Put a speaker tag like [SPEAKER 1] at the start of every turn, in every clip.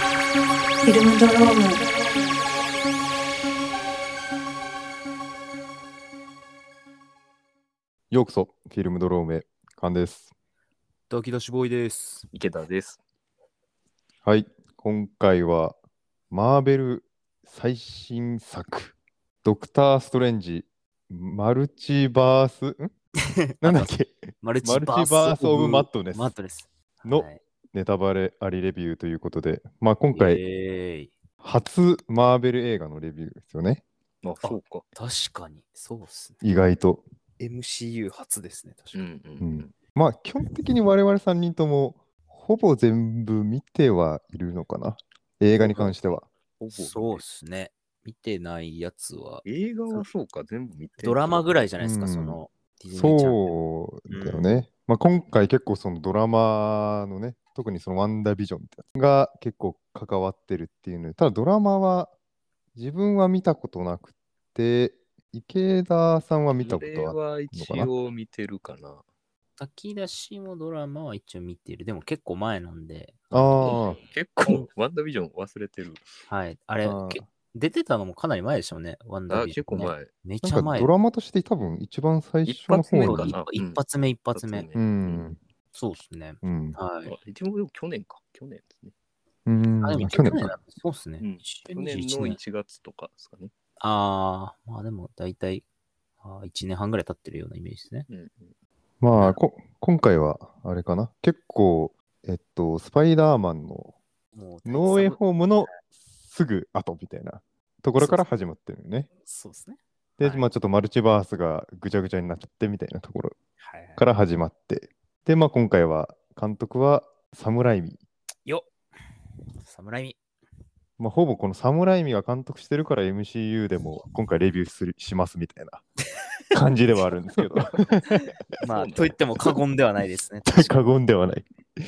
[SPEAKER 1] フィルムドローム
[SPEAKER 2] ようこそ、フィルムドロームへ、カンです。
[SPEAKER 3] ドキドシボーイです。
[SPEAKER 4] 池田です。
[SPEAKER 2] はい、今回は、マーベル最新作、ドクター・ストレンジ、マルチバース、んなんだっけ
[SPEAKER 3] マルチ
[SPEAKER 2] マルチバース・オブ・マットネス
[SPEAKER 3] マットです。
[SPEAKER 2] の
[SPEAKER 3] はい
[SPEAKER 2] ネタバレありレビューということで、まあ今
[SPEAKER 3] イ
[SPEAKER 2] 回、
[SPEAKER 3] エーイ
[SPEAKER 2] 初マーベル映画のレビューですよね、
[SPEAKER 4] まあ、そうか。
[SPEAKER 3] 確かに、そうっすね。
[SPEAKER 2] 意外と。
[SPEAKER 3] MCU 初ですね、確か
[SPEAKER 4] う
[SPEAKER 3] に。
[SPEAKER 4] んうんうん。
[SPEAKER 2] まあ基本的に我々3人とも、ほぼ全部見てはいるのかな、映画に関しては。
[SPEAKER 4] ほぼ
[SPEAKER 3] そうっすね。見てないやつは、
[SPEAKER 4] 映画はそうか、全部見て。
[SPEAKER 3] ドラマぐらいじゃないですか、
[SPEAKER 2] うん
[SPEAKER 3] その、ディズニーチャンネル
[SPEAKER 2] そうだよね。まあ、今回結構そのドラマのね、特にそのワンダービジョンってやつが結構関わってるっていうので、ただドラマは自分は見たことなくて、池田さんは見たこと
[SPEAKER 4] 俺
[SPEAKER 2] は
[SPEAKER 4] は一応見てるかな。
[SPEAKER 3] 炊き出しもドラマは一応見てる。でも結構前なんで、
[SPEAKER 2] ああ、
[SPEAKER 4] 結構、ワンダービジョン忘れてる。
[SPEAKER 3] はい。あれ
[SPEAKER 2] あー、
[SPEAKER 3] け出てたのもかなり前でしょうね、ワンダ
[SPEAKER 4] あ
[SPEAKER 3] ー、ビジ
[SPEAKER 4] 結
[SPEAKER 3] ョ
[SPEAKER 4] 構
[SPEAKER 3] ンね
[SPEAKER 4] 前。
[SPEAKER 3] めち
[SPEAKER 2] な
[SPEAKER 3] ゃ
[SPEAKER 2] んか
[SPEAKER 3] 前。
[SPEAKER 2] ドラマとして多分一番最初の方
[SPEAKER 4] 一
[SPEAKER 2] に
[SPEAKER 4] 発目かな
[SPEAKER 3] 一発目、一発目。
[SPEAKER 2] うん、
[SPEAKER 3] そうっすね。
[SPEAKER 2] うん、
[SPEAKER 3] は
[SPEAKER 4] あ
[SPEAKER 3] い。
[SPEAKER 4] 一応でも去年か。去年ですね。
[SPEAKER 2] うん。
[SPEAKER 3] あ、でも一
[SPEAKER 2] 去
[SPEAKER 3] 応去
[SPEAKER 2] 年
[SPEAKER 3] 年
[SPEAKER 2] か。
[SPEAKER 3] だそうっすね。
[SPEAKER 4] う
[SPEAKER 3] 2021
[SPEAKER 4] ん去年の1月とかですかね。
[SPEAKER 3] ああ、まあでも大体あー1年半ぐらい経ってるようなイメージですね。
[SPEAKER 4] うんうん。
[SPEAKER 2] まあ、こ今回はあれかな、結構、えっと、スパイダーマンの
[SPEAKER 3] もう
[SPEAKER 2] ノーウェイ
[SPEAKER 3] ホ
[SPEAKER 2] ホームのすぐ後みたいなところから始まってるよね。
[SPEAKER 3] そうですね。
[SPEAKER 2] で、
[SPEAKER 3] はい
[SPEAKER 2] まあちょっとマルチバースがぐちゃぐちゃになっちゃってみたいなところ
[SPEAKER 3] はいはい、
[SPEAKER 2] から始まって。で、まあ今回は監督はサムライミ。
[SPEAKER 3] よっサムライミ。
[SPEAKER 2] まあほぼこのサムライミが監督してるから MCU でも今回レビューするしますみたいな感じではあるんですけど、
[SPEAKER 3] ま
[SPEAKER 4] そう
[SPEAKER 3] あ、
[SPEAKER 4] ね
[SPEAKER 3] と言っても過言ではないですね。
[SPEAKER 2] 過言ではない。っ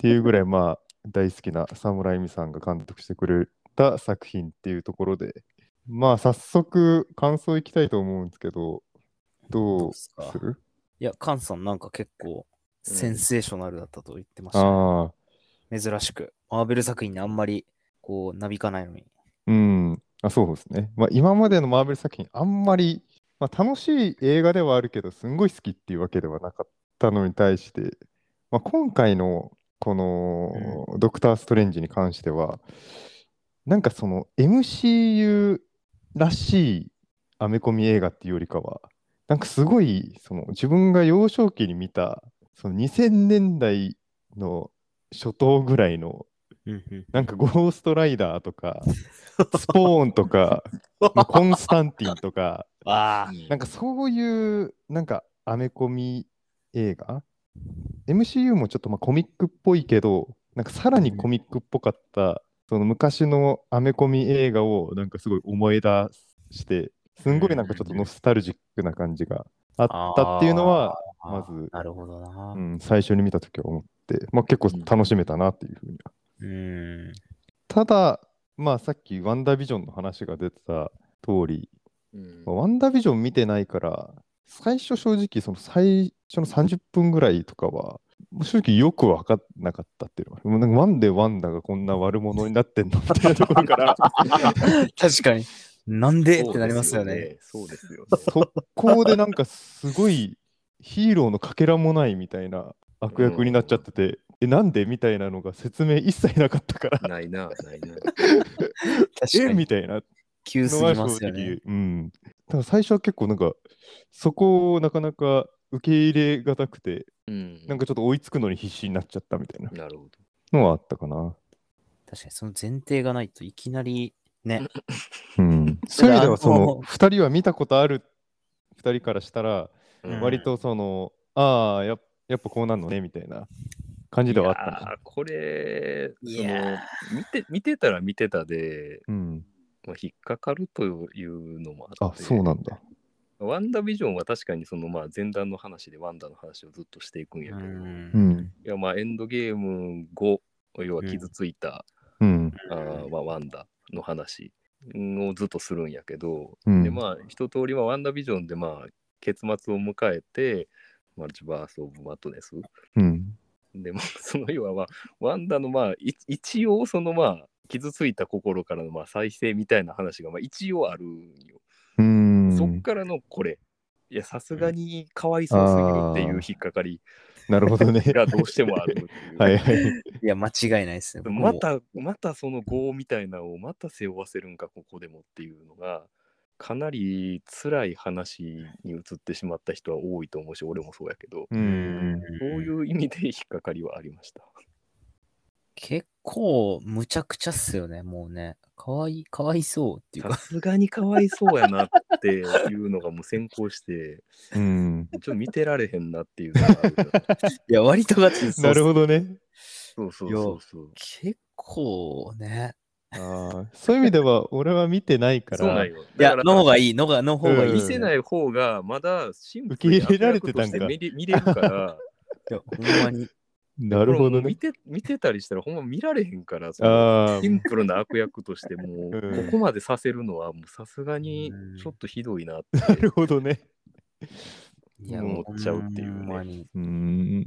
[SPEAKER 2] ていうぐらいまあ大好きなサムライミさんが監督してくれた作品っていうところで、まあ早速感想いきたいと思うんですけど、どうす
[SPEAKER 3] どうっすか
[SPEAKER 2] る
[SPEAKER 3] いや、カンさんなんか結構
[SPEAKER 4] うん
[SPEAKER 3] センセーショナルだったと言ってましたね、
[SPEAKER 2] ああ、
[SPEAKER 3] 珍しく。マーベル作品にあんまりこう、なびかないのに。
[SPEAKER 2] うん、あ、そうですね。まあ、今までのマーベル作品、あんまり、まあ、楽しい映画ではあるけど、すんごい好きっていうわけではなかったのに対して、まあ、今回のこの、ドクター・ストレンジに関しては、なんかその MCU らしいアメコミ映画っていうよりかは、なんかすごい、その自分が幼少期に見た、その2000年代の初頭ぐらいの、なんかゴーストライダーとか、スポーンとか、まあコンスタンティンとか、
[SPEAKER 3] ああ、
[SPEAKER 2] なんかそういう、なんかアメコミ映画 ?MCU もちょっとまあコミックっぽいけど、なんかさらにコミックっぽかった、その昔のアメコミ映画をなんかすごい思い出して、すんごいなんかちょっとノスタルジックな感じがあったっていうのは、まず
[SPEAKER 3] なるほどな。
[SPEAKER 2] う、
[SPEAKER 3] うん
[SPEAKER 2] 最初に見たときは思って、まあ、結構楽しめたなっていうふうには
[SPEAKER 3] ーん。
[SPEAKER 2] ただ、まあ、さっきワンダービジョンの話が出てた通り、
[SPEAKER 4] うん
[SPEAKER 2] まあワンダービジョン見てないから、最初正直、その最初の30分ぐらいとかは、もう正直よく分かんなかったっていうのが、もうなんかワンでワンダがこんな悪者になってんのみたいなところ から、
[SPEAKER 3] 確かに。なんでってなりますよね。。
[SPEAKER 4] そうですよね。
[SPEAKER 2] 速攻でなんかすごいヒーローのかけらもないみたいな悪役になっちゃってて、え、なんでみたいなのが説明一切なかったから、
[SPEAKER 4] ないな、ないな。
[SPEAKER 3] 確
[SPEAKER 2] え
[SPEAKER 3] かに。
[SPEAKER 2] みたいな。
[SPEAKER 3] 急す
[SPEAKER 2] のは
[SPEAKER 3] ぎますよね。
[SPEAKER 2] 正直うん。だから最初は結構なんか、そこをなかなか受け入れがたくて、
[SPEAKER 4] うん。
[SPEAKER 2] なんかちょっと追いつくのに必死になっちゃったみたいな
[SPEAKER 4] なるほど。
[SPEAKER 2] のはあったかな。
[SPEAKER 3] 確かにその前提がないといきなりね。
[SPEAKER 2] うん。そういう意味では、そ
[SPEAKER 3] あ
[SPEAKER 2] の
[SPEAKER 3] の、
[SPEAKER 2] 二人は見たことある二人からしたら、
[SPEAKER 3] うん
[SPEAKER 2] 割とその、ああ、やっやっぱこうなんのね、みたいな感じではあった
[SPEAKER 4] いや
[SPEAKER 2] な。
[SPEAKER 4] ーこれ、
[SPEAKER 3] い
[SPEAKER 4] その
[SPEAKER 3] や
[SPEAKER 4] 見て見てたら見てたで、
[SPEAKER 2] うん。
[SPEAKER 4] まあ、引っかかるというのも
[SPEAKER 2] あ
[SPEAKER 4] あっ、て、
[SPEAKER 2] そうなんだ。
[SPEAKER 4] ワンダービジョンは確かにそのまあ前段の話でワンダの話をずっとしていくんや
[SPEAKER 3] う。
[SPEAKER 4] けど、い
[SPEAKER 2] うんん。
[SPEAKER 4] やまあエンドゲーム後、要は傷ついた、
[SPEAKER 2] うん。
[SPEAKER 4] あーまあ、ワンダの話をずっとするんやけど、
[SPEAKER 2] うん
[SPEAKER 4] でまあ一通りはワンダービジョンでまあ結末を迎えて、マルチバース・オブ・マットネス
[SPEAKER 2] うん。
[SPEAKER 4] でもその要は、まあ、ワンダのまあい一応そのまあ傷ついた心からのまあ再生みたいな話がまあ一応あるんよ。
[SPEAKER 2] うーん
[SPEAKER 4] そっからのこれ。いや、さすがにかわいそうすぎるっていう引っかかり
[SPEAKER 2] なるほどね。
[SPEAKER 4] がどうしてもあるっていう。
[SPEAKER 2] はいはい。
[SPEAKER 3] いや、間違いないですね。僕も
[SPEAKER 4] ま、た、またその業みたいなのをまた背負わせるんか、ここでもっていうのが、かなり辛い話に移ってしまった人は多いと思うし、俺もそうやけど、
[SPEAKER 2] うーん。
[SPEAKER 4] そういう意味で引っかかりはありました。
[SPEAKER 3] 結構、むちゃくちゃっすよね、もうね。かわい、かわいそうっていう
[SPEAKER 4] さ
[SPEAKER 3] か。
[SPEAKER 4] すがにかわいそうやなっていうのがもう先行して、
[SPEAKER 2] うん。
[SPEAKER 4] ちょっと見てられへんなっていうのがある。
[SPEAKER 3] いや、割とガチです。
[SPEAKER 2] なるほどね。
[SPEAKER 4] そうそうそうそう。
[SPEAKER 3] 結構ね。
[SPEAKER 2] ああ、そういう意味では、俺は見てないか
[SPEAKER 4] そうなん
[SPEAKER 2] ら、
[SPEAKER 4] よ。
[SPEAKER 3] いや、
[SPEAKER 4] だから
[SPEAKER 3] の方がいい、のが、の方がいい。
[SPEAKER 2] うん
[SPEAKER 4] 見せない方がまだシンプル
[SPEAKER 2] 受け入れられてたんか
[SPEAKER 4] 悪役として見れ見れるから、
[SPEAKER 3] いや、ほんまに。
[SPEAKER 2] なるほど
[SPEAKER 4] これもう見
[SPEAKER 2] ね。
[SPEAKER 4] て見てたりしたらほんま見られへんから、その
[SPEAKER 2] あ
[SPEAKER 4] シンプルな悪役としてもう
[SPEAKER 2] うん
[SPEAKER 4] ここまでさせるのはもうさすがにちょっとひどいなって
[SPEAKER 2] あ、なるほどね。
[SPEAKER 3] いや、
[SPEAKER 2] 思
[SPEAKER 4] っちゃうっていうね
[SPEAKER 3] ほんまに。
[SPEAKER 2] うーん。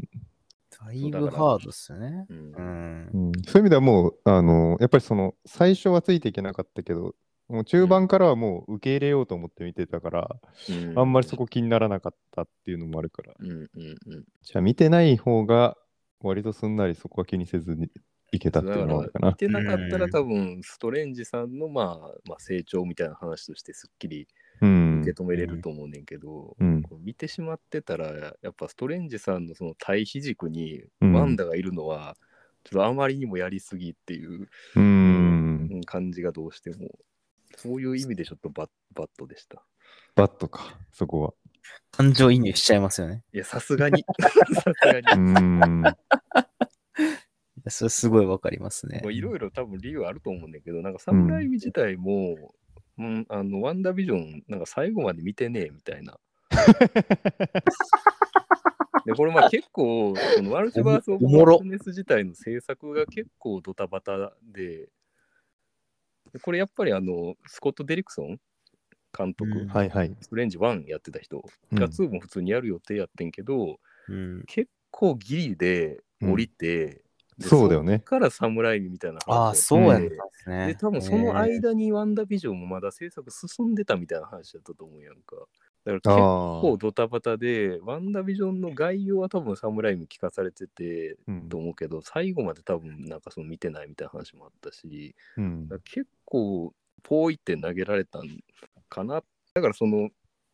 [SPEAKER 3] だいぶハードっすよね。
[SPEAKER 4] うん
[SPEAKER 3] うん
[SPEAKER 2] う。んそういう意味ではもう、あの、やっぱりその、最初はついていけなかったけど、もう中盤からはもう受け入れようと思って見てたから、あんまりそ。こ気にならなかったっていうのもあるから、
[SPEAKER 4] うんうんうんうん
[SPEAKER 2] じゃあ見てない方が、割とすんなりそこは気にせずにいけたっていうのはあるかな
[SPEAKER 4] 見。てなかった
[SPEAKER 3] う
[SPEAKER 4] ら
[SPEAKER 3] ん
[SPEAKER 4] 多分ストレンジさんの、まあ、まあ成長みたいな話としてすっきり
[SPEAKER 2] うん
[SPEAKER 4] 受。け止めれると思うねんけど、
[SPEAKER 2] うん。
[SPEAKER 4] こう見てしまってたらやっぱストレンジさんのその対比軸に
[SPEAKER 2] うん
[SPEAKER 4] ワンダがいるのは、ちょっとあまりにもやりすぎっていう
[SPEAKER 2] うーん。
[SPEAKER 4] うん感じがどうしてもそういう意味でちょっとバッバットでした
[SPEAKER 2] バットか、そこは。
[SPEAKER 3] 感情移入しちゃいますよね。
[SPEAKER 4] いやさす がにさすが
[SPEAKER 2] うー
[SPEAKER 4] に
[SPEAKER 2] ん。
[SPEAKER 3] いやそれすごいわかりますね
[SPEAKER 4] もう。いろいろ多分理由あると思うんだけどなんか侍自体も、うん、あのワンダービジョンなんか最後まで見てねえみたいなでこれまあ結構そのマルチバース・オブ・
[SPEAKER 3] おもろ
[SPEAKER 4] マネス自体の制作が結構ドタバタででこれやっぱりあのスコット・デリクソン監督、
[SPEAKER 3] うん
[SPEAKER 2] はいはい。
[SPEAKER 4] ストレンジ1やってた人
[SPEAKER 2] うん
[SPEAKER 4] が2も普通にやる予定やってんけど、
[SPEAKER 3] うん。
[SPEAKER 4] 結構ギリで降りて、で
[SPEAKER 2] そうだよね
[SPEAKER 4] そっから侍みたいな話
[SPEAKER 3] あ
[SPEAKER 4] を
[SPEAKER 3] あ、
[SPEAKER 4] して
[SPEAKER 3] そうやったん
[SPEAKER 4] で
[SPEAKER 3] ですね。
[SPEAKER 4] 多分その
[SPEAKER 3] えー
[SPEAKER 4] 間にワンダービジョンもまだ制作進んでたみたいな話だったと思うやんか。だから結
[SPEAKER 2] あ
[SPEAKER 4] 構
[SPEAKER 2] あ。
[SPEAKER 4] 構ドタバタで、ワンダービジョンの概要は多分サムライム聞かされてて
[SPEAKER 2] うん
[SPEAKER 4] と思うけど、最後まで多分なんかその見てないみたいな話もあったし、
[SPEAKER 2] うん
[SPEAKER 4] だから結構ポイって投げられたんかな。だからその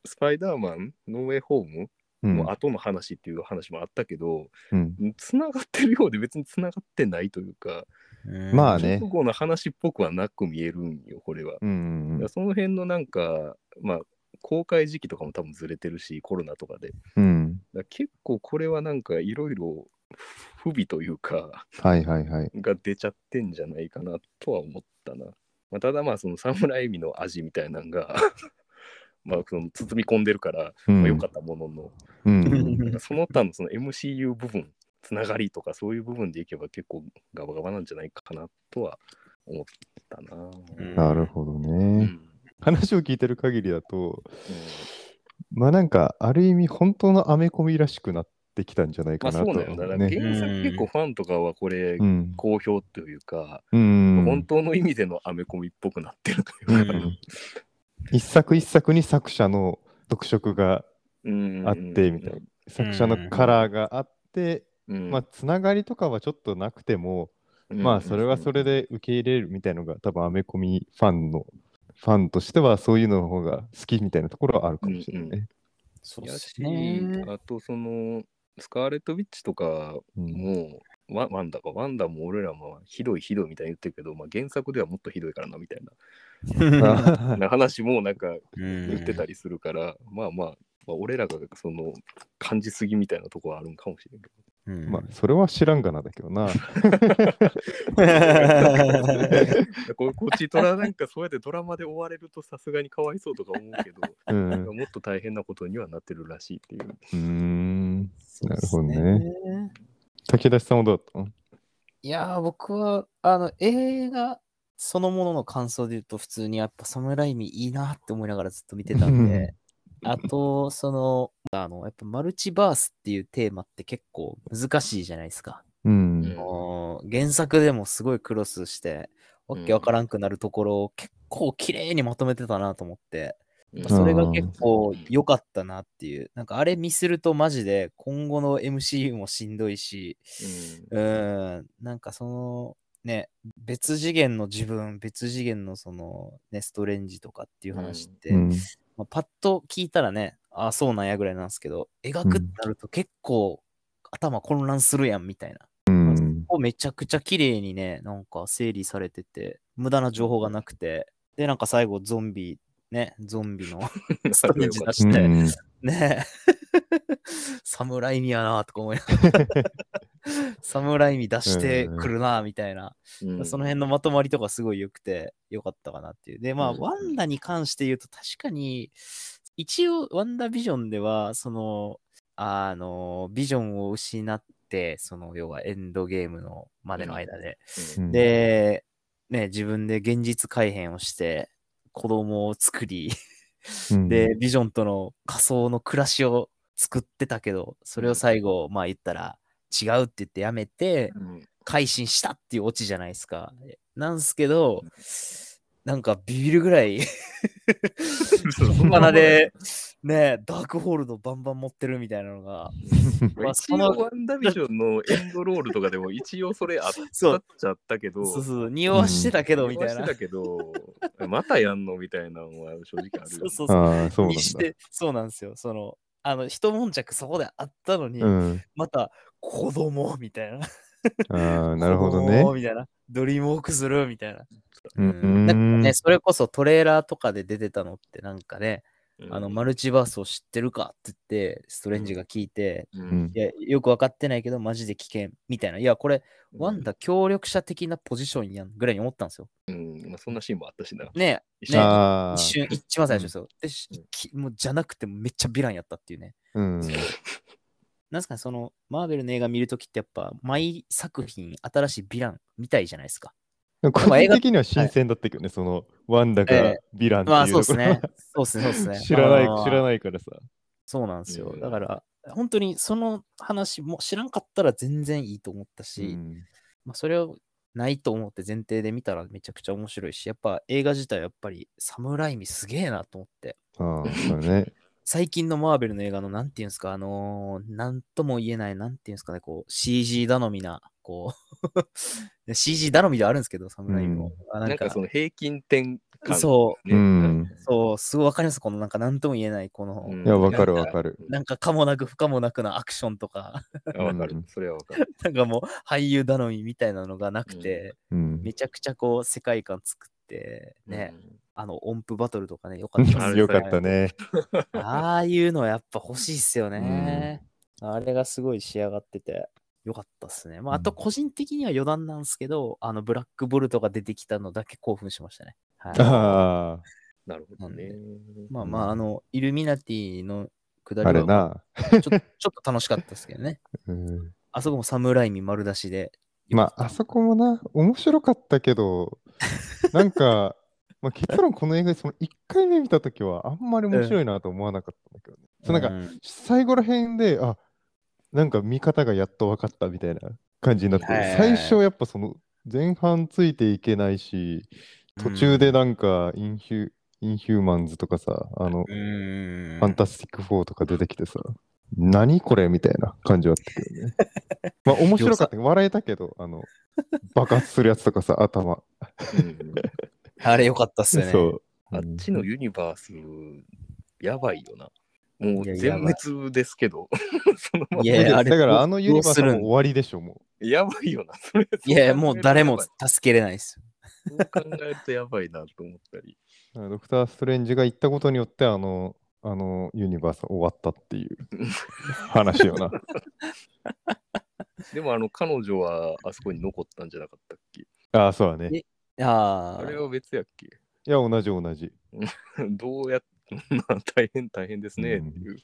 [SPEAKER 4] スパイダーマン、ノーウェイホーム
[SPEAKER 2] うん
[SPEAKER 4] の後の話っていう話もあったけど、
[SPEAKER 2] うん
[SPEAKER 4] 繋がってるようで別に繋がってないというか、
[SPEAKER 3] うん
[SPEAKER 2] まあね
[SPEAKER 4] 直後の話っぽくはなく見えるんよ、これは。
[SPEAKER 2] うん
[SPEAKER 4] だからその辺のなんか、まあ、公開時期とかも多分ずれてるし、コロナとかで。
[SPEAKER 2] うん。
[SPEAKER 4] だから結構これはなんかいろいろ不備というか
[SPEAKER 2] はいはいはい。
[SPEAKER 4] が出ちゃってんじゃないかなとは思ったな、まあ、ただまあその侍味の味みたいなのが まあその包み込んでるから、
[SPEAKER 2] う
[SPEAKER 4] まあ、
[SPEAKER 2] ん
[SPEAKER 4] よかったものの、
[SPEAKER 2] うん。
[SPEAKER 4] なんかその他のその MCU 部分つながりとかそういう部分でいけば結構ガバガバなんじゃないかなとは思ったな、
[SPEAKER 3] うん
[SPEAKER 2] なるほど
[SPEAKER 4] うん
[SPEAKER 2] ね。話を聞いてる限りだと、
[SPEAKER 4] うん
[SPEAKER 2] まあなんか、ある意味、本当のアメコミらしくなってきたんじゃない
[SPEAKER 4] ま
[SPEAKER 2] か
[SPEAKER 4] あ
[SPEAKER 2] な
[SPEAKER 4] そ
[SPEAKER 2] と
[SPEAKER 4] う
[SPEAKER 2] は
[SPEAKER 4] なんよ
[SPEAKER 2] 思
[SPEAKER 4] だか
[SPEAKER 2] う
[SPEAKER 4] ら
[SPEAKER 2] ね。
[SPEAKER 4] 原作結構ファンとかはこれ
[SPEAKER 2] うん。
[SPEAKER 4] 好評というか、
[SPEAKER 2] うん
[SPEAKER 4] 本当の意味でのアメコミっぽくなってると
[SPEAKER 2] う
[SPEAKER 4] いうか、
[SPEAKER 2] ん一作一作に作者の特色が
[SPEAKER 4] うん
[SPEAKER 2] あってみたいな、作者のカラーがあって、
[SPEAKER 4] うん
[SPEAKER 2] まあつながりとかはちょっとなくても、
[SPEAKER 4] うん
[SPEAKER 2] まあそれはそれで受け入れるみたいのが多分アメコミファンのファンとしてはそういうのの方が好きみたいなところはあるかもしれないね。
[SPEAKER 3] そうっ
[SPEAKER 4] や
[SPEAKER 3] す
[SPEAKER 4] し、
[SPEAKER 3] ね。
[SPEAKER 4] あとそのスカーレット・ウィッチとか
[SPEAKER 2] うん
[SPEAKER 4] も、ワワンダかワンダも俺らもひどいひどいみたいに言ってるけど、まあ、原作ではもっとひどいからなみたい なな話もなんか言ってた
[SPEAKER 3] り。
[SPEAKER 4] りするから、まあまあ、まあ、俺らがその感じすぎみたいなとこはあるんかもしれんけど。
[SPEAKER 3] うん
[SPEAKER 2] まあそれは知らんがなだけど な。
[SPEAKER 4] こ こっちとらなんかそうやってドラマで追われるとさすがにかわいそうとか思うけど、
[SPEAKER 2] うん
[SPEAKER 4] なんかもっと大変なことにはなってるらしいっていう。
[SPEAKER 2] うーん。
[SPEAKER 3] そうっす
[SPEAKER 2] なるほ。武田さんはどうだっ
[SPEAKER 3] いやー、僕は、あの、映画そのものの感想で言うと、普通にやっぱサムライミいいなって思いながらずっと見てたんで、あと、その、あの、やっぱマルチバースっていうテーマって結構難しいじゃないですか。
[SPEAKER 2] たのうん。
[SPEAKER 3] あの原作でもすごいクロスして、わけわからんくなるところを結構綺麗にまとめてたなと思って、
[SPEAKER 4] うん
[SPEAKER 3] まあそれが結構
[SPEAKER 4] うん
[SPEAKER 3] 良かったなっていう、なんかあれミスるとマジで今後の MCU もしんどいし、うーん、なんかその、ね、別次元の自分、別次元のその、ね、ストレンジとかっていう話って、
[SPEAKER 2] うん
[SPEAKER 3] まあ、パッと聞いたらね、ああ、そうなんやぐらいなんですけど、描くってなると結構頭混乱するやんみたいな。
[SPEAKER 2] うん
[SPEAKER 3] をめちゃくちゃ綺麗にね、なんか整理されてて、無駄な情報がなくて、で、なんか最後、ゾンビ、ね、ゾンビのストレンジ出
[SPEAKER 2] う
[SPEAKER 3] して、
[SPEAKER 2] ん
[SPEAKER 3] ね え、サムライミやなとか思いながら、 サムライミ出してくるなみたいな、
[SPEAKER 4] うん
[SPEAKER 3] その辺のまとまりとかすごい良くて、良かったかなっていう。で、まあ、
[SPEAKER 4] うん
[SPEAKER 3] ワンダに関して言うと、確かに、一応、ワンダビジョンでは、その、あの、ビジョンを失って、その、要はエンドゲームのまでの間で、
[SPEAKER 2] うん
[SPEAKER 3] で、ね、自分で現実改変をして、子供を作り、
[SPEAKER 2] うん
[SPEAKER 3] で、ビジョンとの仮想の暮らしを作ってたけど、それを最後、まあ言ったら、違うって言ってやめて、
[SPEAKER 4] うん
[SPEAKER 3] 改心したっていうオチじゃないですか。なんすけど、なんかビビるぐらい
[SPEAKER 4] そう
[SPEAKER 3] 小鼻で、ね、ダークホールドバンバン持ってるみたいなのが、まあ
[SPEAKER 4] 一
[SPEAKER 3] そ
[SPEAKER 4] 応
[SPEAKER 3] の
[SPEAKER 4] ワンダビジョンのエンドロールとかでも一応それあっ
[SPEAKER 3] そう
[SPEAKER 4] たっちゃったけど、
[SPEAKER 3] そうそう、匂わしてたけどみたいな
[SPEAKER 4] だ。けど、またやんのみたいなのは正直あるよね。
[SPEAKER 3] そうそうそう。
[SPEAKER 2] ああ、そうなん
[SPEAKER 3] にして、そうなんですよ。その、あの、一悶着そこであったのに、
[SPEAKER 2] だ。うん。
[SPEAKER 3] また子供みたいな。
[SPEAKER 2] ああ、なるほど
[SPEAKER 3] 子供
[SPEAKER 2] ね。
[SPEAKER 3] みたいな。ドリームウォークするみたいな。
[SPEAKER 2] うんうん
[SPEAKER 3] なんかね、それこそトレーラーとかで出てたのってなんかね、
[SPEAKER 4] うん
[SPEAKER 3] あの、マルチバースを知ってるかって言って、ストレンジが聞いて、
[SPEAKER 4] う
[SPEAKER 2] うん
[SPEAKER 4] ん
[SPEAKER 3] いや、よくわかってないけど、マジで危険みたいな。いや、これ、ワンダ協力者的なポジションやんぐらいに思ったんですよ。
[SPEAKER 4] うんまあ、そんなシーンもあったしな。
[SPEAKER 3] ねえ、
[SPEAKER 4] 一緒に
[SPEAKER 3] ね
[SPEAKER 2] ああ
[SPEAKER 3] 一瞬、一番最初ですよ。でし
[SPEAKER 4] うん
[SPEAKER 3] きもうじゃなくて、めっちゃヴィランやったっていうね。
[SPEAKER 2] うん。
[SPEAKER 3] なんすかね、その、マーベルの映画見るときって、やっぱ、毎作品、新しいヴィランみたいじゃないですか。
[SPEAKER 2] 個
[SPEAKER 3] まあ映
[SPEAKER 2] 人
[SPEAKER 3] 画
[SPEAKER 2] 的には新鮮だったけどね、その、ワンダが
[SPEAKER 3] え
[SPEAKER 2] ヴィランって
[SPEAKER 3] まあ
[SPEAKER 2] い
[SPEAKER 3] そう
[SPEAKER 2] うと
[SPEAKER 3] です
[SPEAKER 2] ころ
[SPEAKER 3] ね
[SPEAKER 2] は。。
[SPEAKER 3] そうですね、そうですね。
[SPEAKER 2] 知らない
[SPEAKER 3] あー、
[SPEAKER 2] 知らないからさ。
[SPEAKER 3] そうなんですよ
[SPEAKER 4] う。ん
[SPEAKER 3] だから、本当にその話も知らんかったら全然いいと思ったし、
[SPEAKER 2] うん
[SPEAKER 3] まあそれをないと思って前提で見たらめちゃくちゃ面白いし、やっぱ映画自体はやっぱりサムライミすげえなと思って。
[SPEAKER 2] ああ、そうね。
[SPEAKER 3] 最近のマーベルの映画のなんていうんですか、あのーなんとも言えない、なんていうんですかね、こう、CG 頼みな、こう、CG 頼みではあるんですけど、サムライミも。あ
[SPEAKER 4] なんかその平均点感、
[SPEAKER 3] そう
[SPEAKER 4] ね
[SPEAKER 2] ん。
[SPEAKER 3] そう、すごいわかります、このなんかなんとも言えない、この、
[SPEAKER 4] う
[SPEAKER 2] い
[SPEAKER 4] ん
[SPEAKER 2] や、わかるわかる。
[SPEAKER 3] なんかかもなく不可もなくなアクションとか、
[SPEAKER 4] あわかる
[SPEAKER 2] うん。
[SPEAKER 4] それはわかる。
[SPEAKER 3] なんかもう俳優頼みみたいなのがなくて、
[SPEAKER 2] うん。
[SPEAKER 3] めちゃくちゃこう世界観作って、ね、
[SPEAKER 4] うん
[SPEAKER 3] あの音符バトルとかね、よかったです
[SPEAKER 2] よかった。ね。
[SPEAKER 3] ああいうのやっぱ欲しいっすよね。あれがすごい仕上がってて。よかったっすね。まあ、あと
[SPEAKER 2] うん
[SPEAKER 3] 個人的には余談なんですけど、あの、ブラックボルトが出てきたのだけ興奮しましたね。はい。
[SPEAKER 2] あ
[SPEAKER 4] なるほどね。
[SPEAKER 3] まあまあ、あの、イルミナティのくだ
[SPEAKER 2] あ、あ
[SPEAKER 3] り
[SPEAKER 2] れ
[SPEAKER 3] は、
[SPEAKER 2] な。
[SPEAKER 3] ちょちょっと楽しかったですけどね。
[SPEAKER 2] うん
[SPEAKER 3] あそこもサムライミ丸出しで。
[SPEAKER 2] まあ、あそこもな、面白かったけど、なんか、まあ、結論この映画、その1回目見たときは、あんまり面白いなと思わなかったんだけどね。そうなんか、
[SPEAKER 3] か、
[SPEAKER 2] 最後ら辺で、あ、なんか見方がやっと分かったみたいな感じになって、
[SPEAKER 3] はいはいはい
[SPEAKER 2] 最初やっぱその、前半ついていけないし、途中でなんか、インヒュ、インヒューマンズとかさ、あの、
[SPEAKER 3] うんうんうん
[SPEAKER 2] ファンタスティック4とか出てきてさ、何これみたいな感じはあったけ どね。まあ面白かった。笑えたけど、あの、爆発するやつとかさ、頭。
[SPEAKER 4] うん
[SPEAKER 3] あれ良かったっすよね。
[SPEAKER 2] そう。
[SPEAKER 4] あっちのユニバース、やばいよな。もう
[SPEAKER 3] いや
[SPEAKER 4] い
[SPEAKER 3] やばい
[SPEAKER 4] 全滅ですけど、そのま
[SPEAKER 3] い
[SPEAKER 4] ま
[SPEAKER 3] や
[SPEAKER 2] だけど
[SPEAKER 3] あれ
[SPEAKER 2] だからあのユニバースはもう
[SPEAKER 3] どうするん
[SPEAKER 2] 終わりでしょ、も
[SPEAKER 4] やばいよな。それ
[SPEAKER 3] いや、もう誰も
[SPEAKER 4] そ
[SPEAKER 3] 助けれないですよ。
[SPEAKER 4] う考えるとやばいなと思ったり。
[SPEAKER 2] う。ドクター・ストレンジが行ったことによって、あの、あのユニバースは終わったっていう話 よな。
[SPEAKER 4] でもあの彼女はあそこに残ったんじゃなかったっけ
[SPEAKER 2] ああ、そうだね。
[SPEAKER 3] あ
[SPEAKER 4] あ
[SPEAKER 3] あ
[SPEAKER 4] れは別やっけ
[SPEAKER 2] いや、同じ同じ。
[SPEAKER 4] どうやっ 大変大変ですねっていう。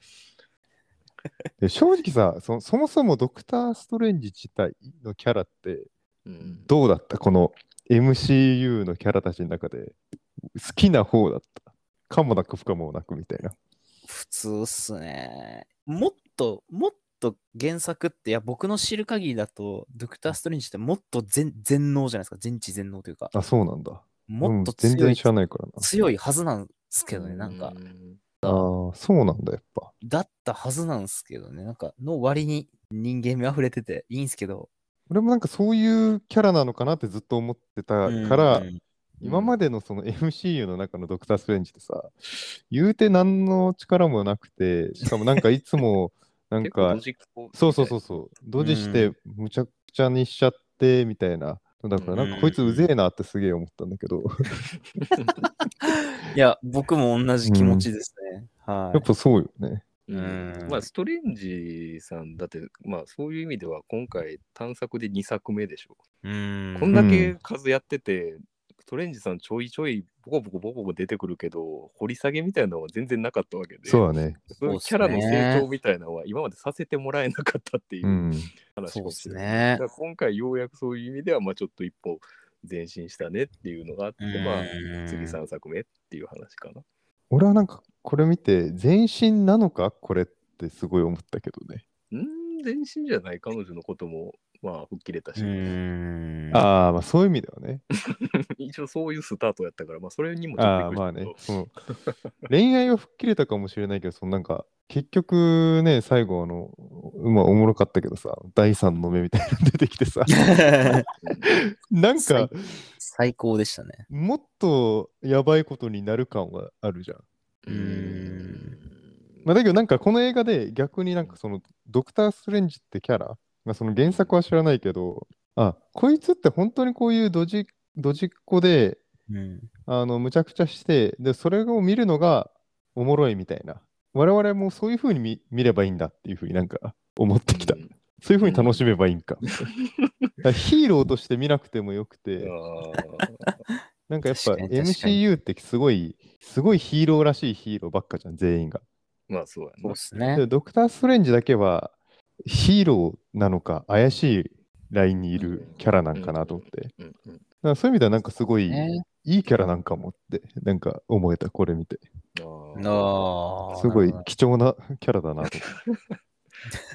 [SPEAKER 2] で正直さそ、そもそもドクター・ストレンジ自体のキャラって、
[SPEAKER 4] うん
[SPEAKER 2] どうだったこの MCU のキャラたちの中で好きな方だった。かもなく不可もなくみたいな。
[SPEAKER 3] 普通っすね。もっと、もっと原作って、いや、僕の知る限りだと、ドクター・ストレンジってもっと全全能じゃないですか。全知全能というか、
[SPEAKER 2] あ、そうなんだ。
[SPEAKER 3] もっと
[SPEAKER 2] うん全
[SPEAKER 3] 強
[SPEAKER 2] 然
[SPEAKER 3] い
[SPEAKER 2] 知らないからな。
[SPEAKER 3] 強いはずなんですけどね、なんか
[SPEAKER 4] う、ん
[SPEAKER 2] ああ、そうなんだ、やっぱ。
[SPEAKER 3] だったはずなんですけどね、なんか、の割に人間味溢れてていいんですけど、
[SPEAKER 2] 俺もなんかそういうキャラなのかなってずっと思ってたから
[SPEAKER 3] うん、うん
[SPEAKER 2] 今までのその MCU の中のドクター・ストレンジってさ、言うて何の力もなくて、しかもなんかいつも、なん
[SPEAKER 4] 結 構
[SPEAKER 2] か
[SPEAKER 4] ロ、ジックを
[SPEAKER 2] そうそうそうそう、ドジしてむちゃくちゃにしちゃってみたいな。だからなんかこいつうぜえなってすげえ思ったんだけ ど、
[SPEAKER 3] いや、僕も同じ気持ちですね。は
[SPEAKER 2] やっぱそうよね。
[SPEAKER 3] うん
[SPEAKER 4] まあ、ストレンジさん、だって、まあ、そういう意味では、今回、探索で2作目でしょ。
[SPEAKER 3] い。うん
[SPEAKER 4] こんだけ数やってて、ストレンジさん、ちょいちょい、ボコボコボコボコ出てくるけど、掘り下げみたいなのは全然なかったわけで、
[SPEAKER 2] そうだね。。
[SPEAKER 4] そういうキャラの成長みたいなのは、今までさせてもらえなかったっていううん話
[SPEAKER 3] そう
[SPEAKER 4] を
[SPEAKER 3] で
[SPEAKER 4] し
[SPEAKER 3] す
[SPEAKER 4] て、だ
[SPEAKER 3] ね
[SPEAKER 4] か。ら今回、ようやくそういう意味では、まあ、ちょっと一歩前進したねっていうのがあって、まあ、次3作目っていう話かな。
[SPEAKER 2] 俺はなんかこれ見て、全身なのかこれってすごい思ったけどね。
[SPEAKER 4] うん、前進じゃない、彼女のことも、まあ、吹っ切れたし。
[SPEAKER 3] うん。 あ
[SPEAKER 2] ああ、まあそういう意味ではね。
[SPEAKER 4] 一応そういうスタートやったから、まあ、それにもちょっ
[SPEAKER 2] あ
[SPEAKER 4] と
[SPEAKER 2] あ、
[SPEAKER 4] びっく
[SPEAKER 2] まあ
[SPEAKER 4] りしたけ
[SPEAKER 2] ね
[SPEAKER 4] ど。。
[SPEAKER 2] その恋愛は吹っ切れたかもしれないけど、そのなんか、結局ね、最後あの、まあおもろかったけどさ、第三の目みたいなの出てきてさ、なんか、
[SPEAKER 3] 最高でしたね。
[SPEAKER 2] もっとやばいことになる感はあるじゃん。
[SPEAKER 3] うん
[SPEAKER 2] まあ、だけどなんかこの映画で逆になんかそのドクター・ストレンジってキャラ、まあ、その原作は知らないけどあこいつって本当にこういうドジドジっ子で
[SPEAKER 3] うん。
[SPEAKER 2] あのむちゃくちゃしてでそれを見るのがおもろいみたいな我々もそういう風に見見ればいいんだっていう風になんか思ってきた、
[SPEAKER 4] うん
[SPEAKER 2] そういう風に楽しめばいいんか,、ヒーローとして見なくてもよくて、
[SPEAKER 4] あ
[SPEAKER 2] なんかやっぱ
[SPEAKER 3] 確かに確かに
[SPEAKER 2] MCU ってすごいすごいヒーローらしいヒーローばっかじゃん全員が
[SPEAKER 4] ーまあそうや
[SPEAKER 3] そう
[SPEAKER 4] な
[SPEAKER 3] で。すね
[SPEAKER 2] で。もドクター・ストレンジだけはヒーローなのか怪しいラインにいるキャラなんかなと思って、だか
[SPEAKER 4] うんうん
[SPEAKER 2] らそういう意味ではなんかすごい
[SPEAKER 3] ね
[SPEAKER 2] いいキャラなんかもってなんか思えたこれ見て
[SPEAKER 4] あー
[SPEAKER 3] あー
[SPEAKER 2] すごい
[SPEAKER 3] なる
[SPEAKER 2] 貴重なキャラだな と思って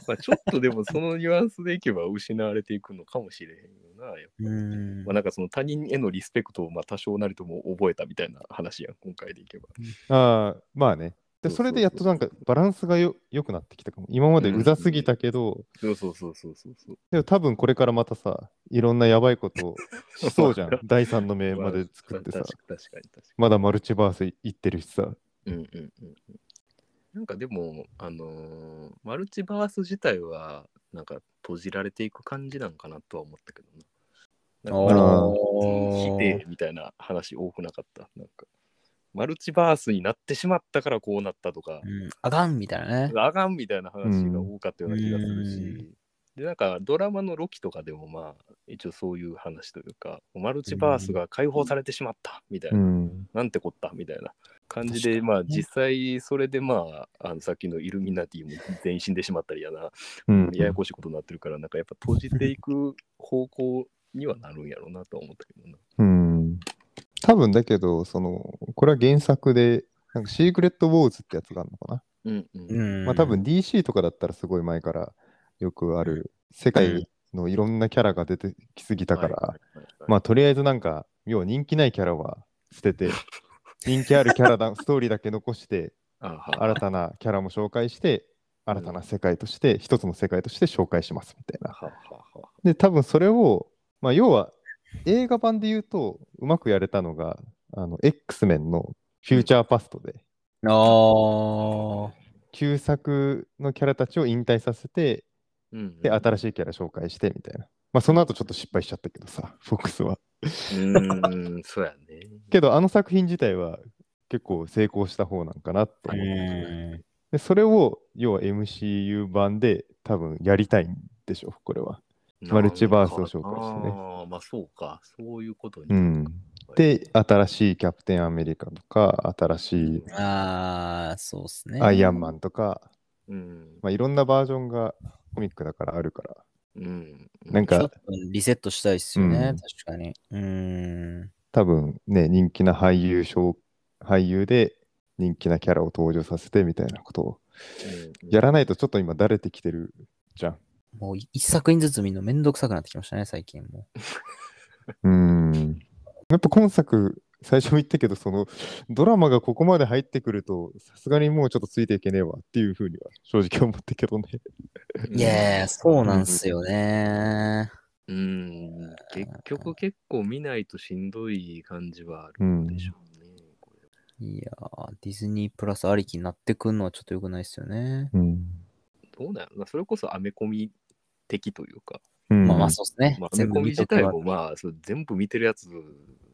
[SPEAKER 4] まあ、ちょっとでもそのニュアンスでいけば失われていくのかもしれへんよな。やっぱ
[SPEAKER 3] ほどうん
[SPEAKER 4] まあ、なんかその他人へのリスペクトをまあ多少なりとも覚えたみたいな話やん、今回でいけば。
[SPEAKER 2] ああまあねで
[SPEAKER 4] そうそうそう
[SPEAKER 2] それでやっとなんかバランスがよ良くなってきたかも今までうざすぎたけど、
[SPEAKER 4] そうそうそうそうそうそう。
[SPEAKER 2] でも多分これからまたさいろんなやばいことをしそうじ ゃん第三の目まで作ってさ
[SPEAKER 4] まあ確か確かに確か
[SPEAKER 2] まだマルチバース行ってるしさ
[SPEAKER 4] に。うんうんうんうん。なんかでも、あのーマルチバース自体は、なんか閉じられていく感じなんかなとは思ったけどな。
[SPEAKER 3] お
[SPEAKER 4] 否
[SPEAKER 3] ー
[SPEAKER 4] 定みたいな話多くなかった。なんかマルチバースになってしまったからこうなったとか、
[SPEAKER 3] うんあかんみたいなね。
[SPEAKER 4] あがんみたいな話が多かったような気がするし、
[SPEAKER 3] う
[SPEAKER 4] でなんかドラマのロキとかでもまあ一応そういう話というかマルチバースが解放されてしまったみたいな、
[SPEAKER 2] うん
[SPEAKER 4] なんてこったみたいな感じ
[SPEAKER 3] 確
[SPEAKER 4] で、
[SPEAKER 3] かにね
[SPEAKER 4] まあ実際それでまああのさっきのイルミナティも全身でしまったりやな、
[SPEAKER 2] うん
[SPEAKER 4] ややこしいことになってるからなんかやっぱ閉じていく方向にはなるんやろうなとは思ったけどな。
[SPEAKER 2] うん。多分だけど、その、これは原作で、なんかシークレット・ウォーズってやつがあるのかな。
[SPEAKER 4] うんうん
[SPEAKER 3] うん
[SPEAKER 2] まあ多分 DC とかだったらすごい前からよくある、世界のいろんなキャラが出てきすぎたから、
[SPEAKER 4] はいはいはい
[SPEAKER 2] まあとりあえずなんか、要は人気ないキャラは捨て て、人気あるキャラだ、ストーリーだけ残して、
[SPEAKER 4] あは
[SPEAKER 2] 新たなキャラも紹介して、新たな世界として、一つの世界として紹介しますみたいな。
[SPEAKER 4] ははは
[SPEAKER 2] で、多分それを、まあ、要は映画版で言うと、うまくやれたのが、あの、X メンのフューチャーパストで、
[SPEAKER 3] あー
[SPEAKER 2] 旧作のキャラたちを引退させて、
[SPEAKER 4] うんうん
[SPEAKER 2] で、新しいキャラ紹介してみたいな。まあ、その後ちょっと失敗しちゃったけどさ、 フォックスは。
[SPEAKER 4] うーん、そうやね。
[SPEAKER 2] けど、あの作品自体は結構成功した方なんかなと思ってます
[SPEAKER 3] うん
[SPEAKER 2] で、それを、要は MCU 版で多分やりたいんでしょ、これは。マルチバースを紹介してね
[SPEAKER 4] ああ、まあそうか。そういうことに。
[SPEAKER 2] うん。で、新しいキャプテンアメリカとか、新しい
[SPEAKER 3] あー、そうですね。
[SPEAKER 2] アイアンマンとか、
[SPEAKER 4] うん。
[SPEAKER 2] まあ、いろんなバージョンがコミックだからあるから、
[SPEAKER 4] うん。
[SPEAKER 2] なん
[SPEAKER 3] ちょ
[SPEAKER 2] か
[SPEAKER 3] っとリセットしたいっすよね、
[SPEAKER 2] うん
[SPEAKER 3] 確かに。うん。
[SPEAKER 2] 多分ね、人気な俳優賞、俳優で人気なキャラを登場させてみたいなことを
[SPEAKER 4] うん
[SPEAKER 2] やらないとちょっと今、だれてきてるじゃん。
[SPEAKER 3] もうい一作品ずつ見るのめんどくさくなってきましたね、最近もう。
[SPEAKER 2] うーん。やっぱ今作、最初も言ったけど、そのドラマがここまで入ってくると、さすがにもうちょっとついていけねえわっていうふうには正直思ったけどね。
[SPEAKER 3] いやー、そうなんすよね。
[SPEAKER 4] うん、結局結構見ないとしんどい感じはあ
[SPEAKER 2] う
[SPEAKER 4] る
[SPEAKER 2] ん
[SPEAKER 4] でしょうね。これ
[SPEAKER 3] いやー、ディズニープラスありきになってくんのはちょっと良くないですよね。
[SPEAKER 2] うん。
[SPEAKER 4] どうなんやろな、それこそアメコミ的というか、
[SPEAKER 2] うん
[SPEAKER 3] まあまあそうですね
[SPEAKER 4] まあ。アメ
[SPEAKER 3] 全
[SPEAKER 4] コ
[SPEAKER 3] 部
[SPEAKER 4] ミ
[SPEAKER 3] 見
[SPEAKER 4] 自
[SPEAKER 3] とけ
[SPEAKER 4] 体
[SPEAKER 3] ば
[SPEAKER 4] もまあ、そう全部見てるやつ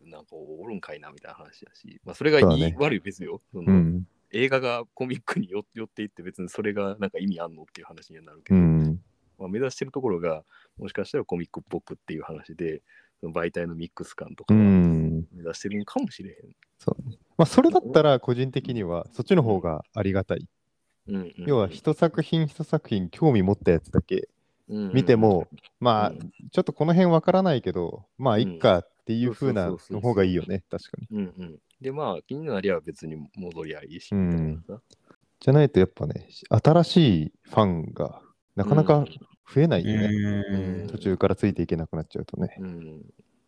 [SPEAKER 4] なんかおるんかいなみたいな話だし、まあ、それがい
[SPEAKER 2] そう
[SPEAKER 4] い、
[SPEAKER 2] だね
[SPEAKER 4] 悪い別よ。その
[SPEAKER 2] うん。
[SPEAKER 4] 映画がコミックによ寄っていって別にそれがなんか意味あんのっていう話にはなるけ
[SPEAKER 2] う
[SPEAKER 4] ど、
[SPEAKER 2] ん。
[SPEAKER 4] まあ、目指してるところがもしかしたらコミックっぽくっていう話でその媒体のミックス感
[SPEAKER 2] う
[SPEAKER 4] とかは目
[SPEAKER 2] ん。
[SPEAKER 4] 指してるのかもしれ
[SPEAKER 2] まあそれだったら個人的にはそっちの方がありがたい。
[SPEAKER 4] へん。うんうん
[SPEAKER 2] 要は一作品一作品興味持ったやつだけ見ても、、
[SPEAKER 4] うん
[SPEAKER 2] まあちょっとこの辺わからないけど、まあいっかっていう風な
[SPEAKER 4] そうそうそうそ
[SPEAKER 2] の
[SPEAKER 4] う
[SPEAKER 2] 方がいいよね、確かに。
[SPEAKER 4] うんうんうんうんでまあ気になりゃ別に戻りゃいいし、
[SPEAKER 2] うん
[SPEAKER 4] みたいなさ
[SPEAKER 2] じゃないとやっぱね、新しいファンがなかなか増えないよね。
[SPEAKER 4] うん
[SPEAKER 2] 途中からついていけなくなっちゃうとね。
[SPEAKER 4] うんうん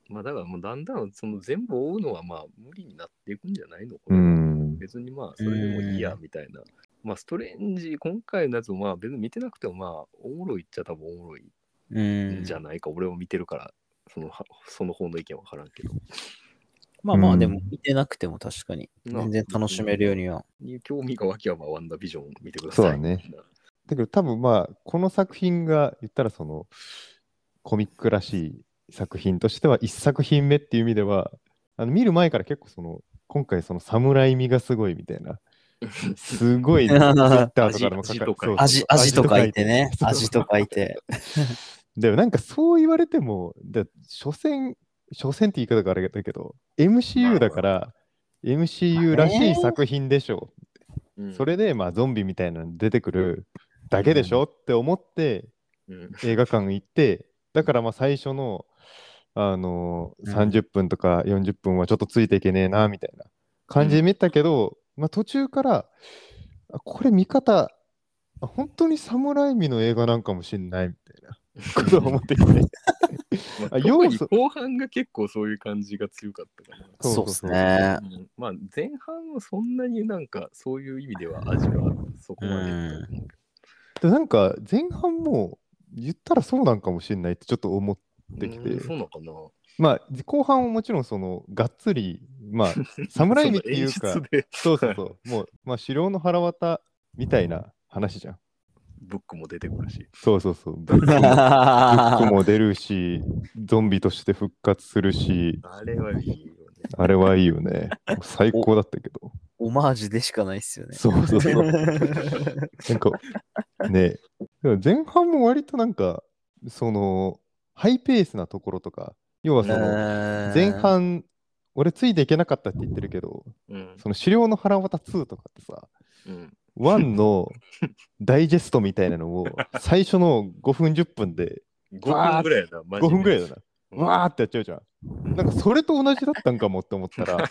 [SPEAKER 4] まあだからもうだんだんその全部追うのはまあ無理になっていくんじゃないのこ
[SPEAKER 2] う
[SPEAKER 4] れは
[SPEAKER 2] ん。
[SPEAKER 4] 別にまあそれでもいいやみたいな。まあストレンジ、今回のやつもまあ別に見てなくてもまあおもろいっちゃ多分おもろい
[SPEAKER 3] うん
[SPEAKER 4] んじゃないか。俺も見てるから、そのはその方の意見わからんけど。
[SPEAKER 3] まあま
[SPEAKER 2] う
[SPEAKER 3] あ、
[SPEAKER 2] ん
[SPEAKER 3] でも見てなくても確かに
[SPEAKER 4] な
[SPEAKER 3] 全然楽しめるようには。
[SPEAKER 4] に興味が湧きはまあワンダービジョン見てください。
[SPEAKER 2] そうだねだけど多分まあ、この作品が言ったらそのコミックらしい作品としては一作品目っていう意味では、あの見る前から結構その、今回その侍味がすごいみたいな、すごい、ね、ツイッターとかでも書
[SPEAKER 4] 味
[SPEAKER 2] か
[SPEAKER 4] 味
[SPEAKER 2] れそうそ
[SPEAKER 4] とか
[SPEAKER 2] う
[SPEAKER 3] 味、味と書いてね。
[SPEAKER 2] そう
[SPEAKER 3] 味と書いて。
[SPEAKER 2] でもなんかそう言われても、だ所詮、所詮って言い方があれだけど、MCU だから、MCU らしい作品でしょう
[SPEAKER 4] うん
[SPEAKER 2] それで、まあ、ゾンビみたいなの出てくるだけでしょって思って
[SPEAKER 4] うん
[SPEAKER 2] 映画館行って、だからまあ最初の、あのー
[SPEAKER 3] うん
[SPEAKER 2] 30分とか40分はちょっとついていけねえなみたいな感じで見たけど、まあ、途中からあこれ見方あ本当にサムライミの映画なんかもしんないみた いなことを思ってきて
[SPEAKER 4] ま
[SPEAKER 2] あ
[SPEAKER 4] あ、
[SPEAKER 2] 要
[SPEAKER 4] 特
[SPEAKER 2] 素
[SPEAKER 4] に後半が結構そういう感じが強かったかな。
[SPEAKER 2] そう
[SPEAKER 3] そうですね。
[SPEAKER 4] うんまあ前半はそんなになんかそういう意味では味はそこまでいったと思うけど
[SPEAKER 2] でなんか前半も言ったらそうなんかもしんないってちょっと思って。できて
[SPEAKER 4] うんそうなのかな。
[SPEAKER 2] まあ、後半はもちろんそのがっつり、ま あ、侍味っていうか
[SPEAKER 4] その演出で
[SPEAKER 2] そうそうそう。もう、まあ、狩猟の腹渡みたいな話じゃん。
[SPEAKER 4] ブックも出てくるし。
[SPEAKER 2] そうそうそう。ブックもブックも出るし、ゾンビとして復活するし、
[SPEAKER 4] あれはいいよね。
[SPEAKER 2] あれはいいよね。最高だったけど。
[SPEAKER 3] オマージュでしかないっすよね。
[SPEAKER 2] そうそう そう。なんか、ねでも前半も割となんか、その、ハイペースなところとか、要はその、前
[SPEAKER 3] 前
[SPEAKER 2] 半、俺ついていけなかったって言ってるけど、
[SPEAKER 4] うん。
[SPEAKER 2] その狩猟の腹渡2とかってさ、
[SPEAKER 4] うん。
[SPEAKER 2] ワンのダイジェストみたいなのを最初の5分10分で
[SPEAKER 4] 5分ぐらいやな、マジ
[SPEAKER 2] 5
[SPEAKER 4] で
[SPEAKER 2] 分ぐらいだな。
[SPEAKER 4] うん
[SPEAKER 2] わーってやっちゃうじゃん。なんかそれと同じだったんかもって思った ら、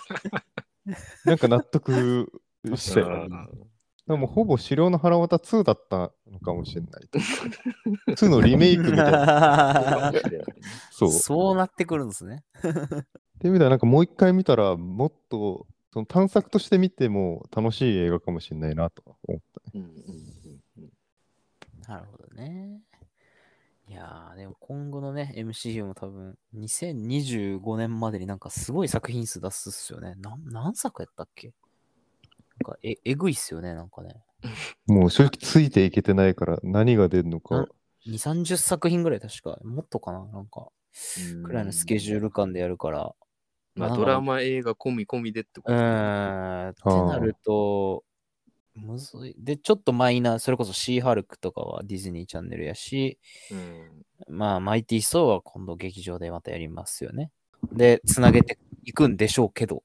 [SPEAKER 2] なんか納得したよね。だか
[SPEAKER 4] うん
[SPEAKER 2] らもうほぼ狩猟の腹渡2だったのかもしれないと いうか。2のリメイクみたい な。
[SPEAKER 4] かもしれない
[SPEAKER 2] そう。っ
[SPEAKER 3] そうなってくるんですね。
[SPEAKER 2] ていう意味ではなんかもう一回見たらもっとその探索として見ても楽しい映画かもしれないなと思っ
[SPEAKER 4] うんうんうん
[SPEAKER 3] なるほどね。いやー、でも今後のね、MCU も多分、2025年までになんかすごい作品数出すっすよね。なん何作やったっけなんかえ、えぐいっすよね、なんかね。
[SPEAKER 2] た。もう正直ついていけてないから何が出るのか。
[SPEAKER 3] 2、30作品ぐらい確か、もっとかな、なんか、
[SPEAKER 4] うん
[SPEAKER 3] くらいのスケジュール感でやるから。
[SPEAKER 4] まあドラマ、映画込み込みでってこ
[SPEAKER 3] う
[SPEAKER 4] とだね。
[SPEAKER 3] ーん、ってなると、むずい。で、ちょっとマイナー、それこそシーハルクとかはディズニーチャンネルやし、
[SPEAKER 4] うん
[SPEAKER 3] まあ、マイティー・ソーは今度劇場でまたやりますよね。で、つなげていくんでしょうけど、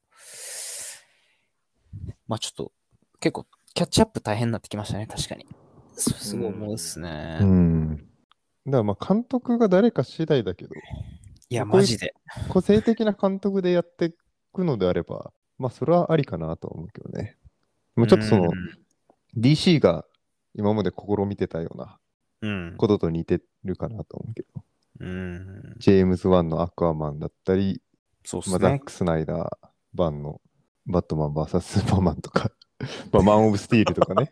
[SPEAKER 3] まあちょっと、結構、キャッチアップ大変になってきましたね、確かに。そすごい思うっすね。
[SPEAKER 2] うん。だからまあ監督が誰か次第だけど、
[SPEAKER 3] いや、
[SPEAKER 2] ここい
[SPEAKER 3] マジで。
[SPEAKER 2] 個性的な監督でやっていくのであれば、まあそれはありかなとは思うけどね。もうちょっとその
[SPEAKER 3] うん
[SPEAKER 2] DC が今まで試みてたような
[SPEAKER 3] うん。
[SPEAKER 2] ことと似てるかなと思うけど、
[SPEAKER 3] うん。
[SPEAKER 2] ジェームズ・ワンのアクアマンだったり、
[SPEAKER 3] そうっ
[SPEAKER 2] まあ、
[SPEAKER 3] す
[SPEAKER 2] ザッ
[SPEAKER 3] ね。
[SPEAKER 2] ク・スナイダー版のバットマン VS スーパーマンとか、 まあ、マン・オブ・スティールとかね。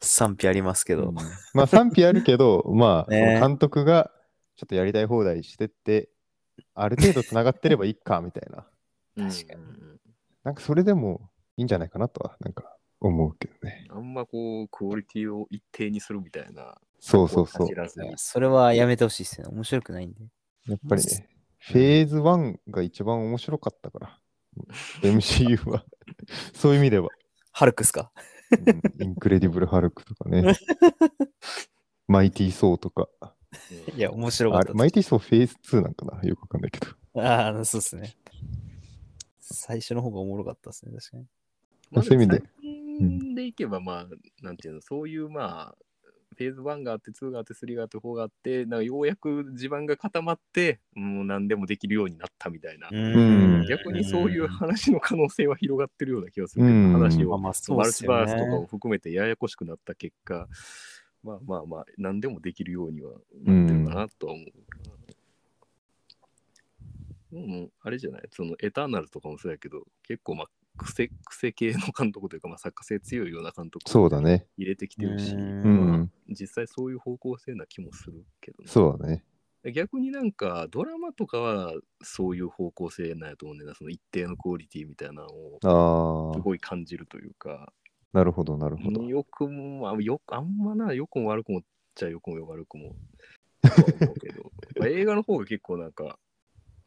[SPEAKER 3] 賛否ありますけ
[SPEAKER 2] う
[SPEAKER 3] ど
[SPEAKER 2] ん。まあ賛否あるけ ど、まあ、そ
[SPEAKER 3] ね
[SPEAKER 2] の監督がちょっとやりたい放題してって、ある程度つながってればいいかみたいな。
[SPEAKER 3] 確かに
[SPEAKER 4] うん
[SPEAKER 2] なんかそれでもいいんじゃないかなとは、なんか思うけどね。
[SPEAKER 4] あんまこう、クオリティを一定にするみたいな。
[SPEAKER 2] そうそうそう
[SPEAKER 4] 走。らずに
[SPEAKER 3] それはやめてほしいっすね。面白くないんで。
[SPEAKER 2] やっぱりね、フェーズ1が一番面白かったから、MCU は。 そういう意味では、
[SPEAKER 3] ハルクっすか
[SPEAKER 2] うんインクレディブル・ハルクとかね、マイティー・ソーとか。
[SPEAKER 4] うん
[SPEAKER 3] いや、面白か
[SPEAKER 2] あ
[SPEAKER 3] っ
[SPEAKER 2] れ
[SPEAKER 3] たっす。
[SPEAKER 2] マイティー・ソーフェーズ2なんかなよくわかんないけど。
[SPEAKER 3] ああ、そうですね。最初の方がおもろかったですね、確かに。
[SPEAKER 4] まあ
[SPEAKER 2] そういう意味で
[SPEAKER 4] 最近でいけば、まあ、なんていうの、そういう、まあ、フェーズ1があって、2があって、3があって、4があって、なんかようやく地盤が固まって、もう何でもできるようになったみたいな。
[SPEAKER 2] ん
[SPEAKER 4] 逆にそういう話の可能性は広がってるような気がする
[SPEAKER 2] う
[SPEAKER 4] けど、
[SPEAKER 2] ん
[SPEAKER 4] 話
[SPEAKER 3] まあ
[SPEAKER 4] を、
[SPEAKER 3] まあ、そう
[SPEAKER 4] マ
[SPEAKER 3] っ
[SPEAKER 4] ル
[SPEAKER 3] す
[SPEAKER 4] チ
[SPEAKER 3] よ
[SPEAKER 4] バー
[SPEAKER 3] ね
[SPEAKER 4] スとかを含めてややこしくなった結果、まあまあまあ、何でもできるようにはなってるかなとは思う。うん、もうあれじゃない、そのエターナルとかもそうやけど、結構まあ癖、癖系の監督というか、まあ、作家性強いような監督
[SPEAKER 2] そうだね。
[SPEAKER 4] 入れてきてるし、
[SPEAKER 3] うん
[SPEAKER 4] まあ、実際そういう方向性な気もするけどね、
[SPEAKER 2] そうだね。
[SPEAKER 4] 逆になんかドラマとかはそういう方向性なんやと思うねんなその一定のクオリティみたいなのを
[SPEAKER 2] あ
[SPEAKER 4] す
[SPEAKER 2] あ、
[SPEAKER 4] ごい感じるというか
[SPEAKER 2] なるほど、なるほど。
[SPEAKER 4] よくもあよくあんまなよくも悪くもっちゃよくも悪くもとは思うけどまあ映画の方が結構なんか、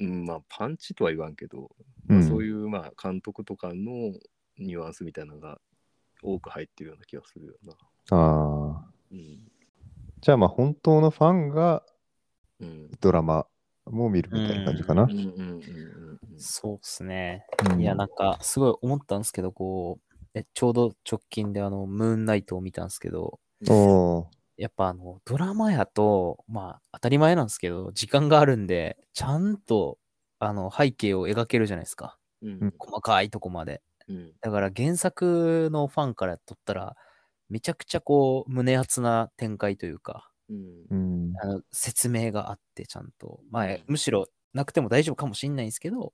[SPEAKER 4] うん、まあパンチとは言わんけど、まあ
[SPEAKER 2] うん
[SPEAKER 4] そういうまあ監督とかのニュアンスみたいなのが多く入ってるような気がするよな。
[SPEAKER 2] ああ。
[SPEAKER 4] うん
[SPEAKER 2] じゃあまあ本当のファンが
[SPEAKER 4] うん
[SPEAKER 2] ドラマも見るみたいな感じかな。
[SPEAKER 4] うんうんうんうんうん
[SPEAKER 3] そうっすね。
[SPEAKER 2] うん
[SPEAKER 3] いや、なんか、すごい思ったんですけど、こう、えちょうど直近であの、ムーンナイトを見たんですけど、
[SPEAKER 2] おー
[SPEAKER 3] やっぱあの、ドラマやと、まあ、当たり前なんですけど、時間があるんで、ちゃんと、あの、背景を描けるじゃないですか。
[SPEAKER 4] うん
[SPEAKER 3] 細かいとこまで。
[SPEAKER 4] うん
[SPEAKER 3] だから原作のファンからとったら、めちゃくちゃこう、胸熱な展開というか、
[SPEAKER 4] う
[SPEAKER 2] う
[SPEAKER 4] ん
[SPEAKER 2] ん。
[SPEAKER 3] あの説明があって、ちゃんと。まあ、むしろなくても大丈夫かもしんないんですけど、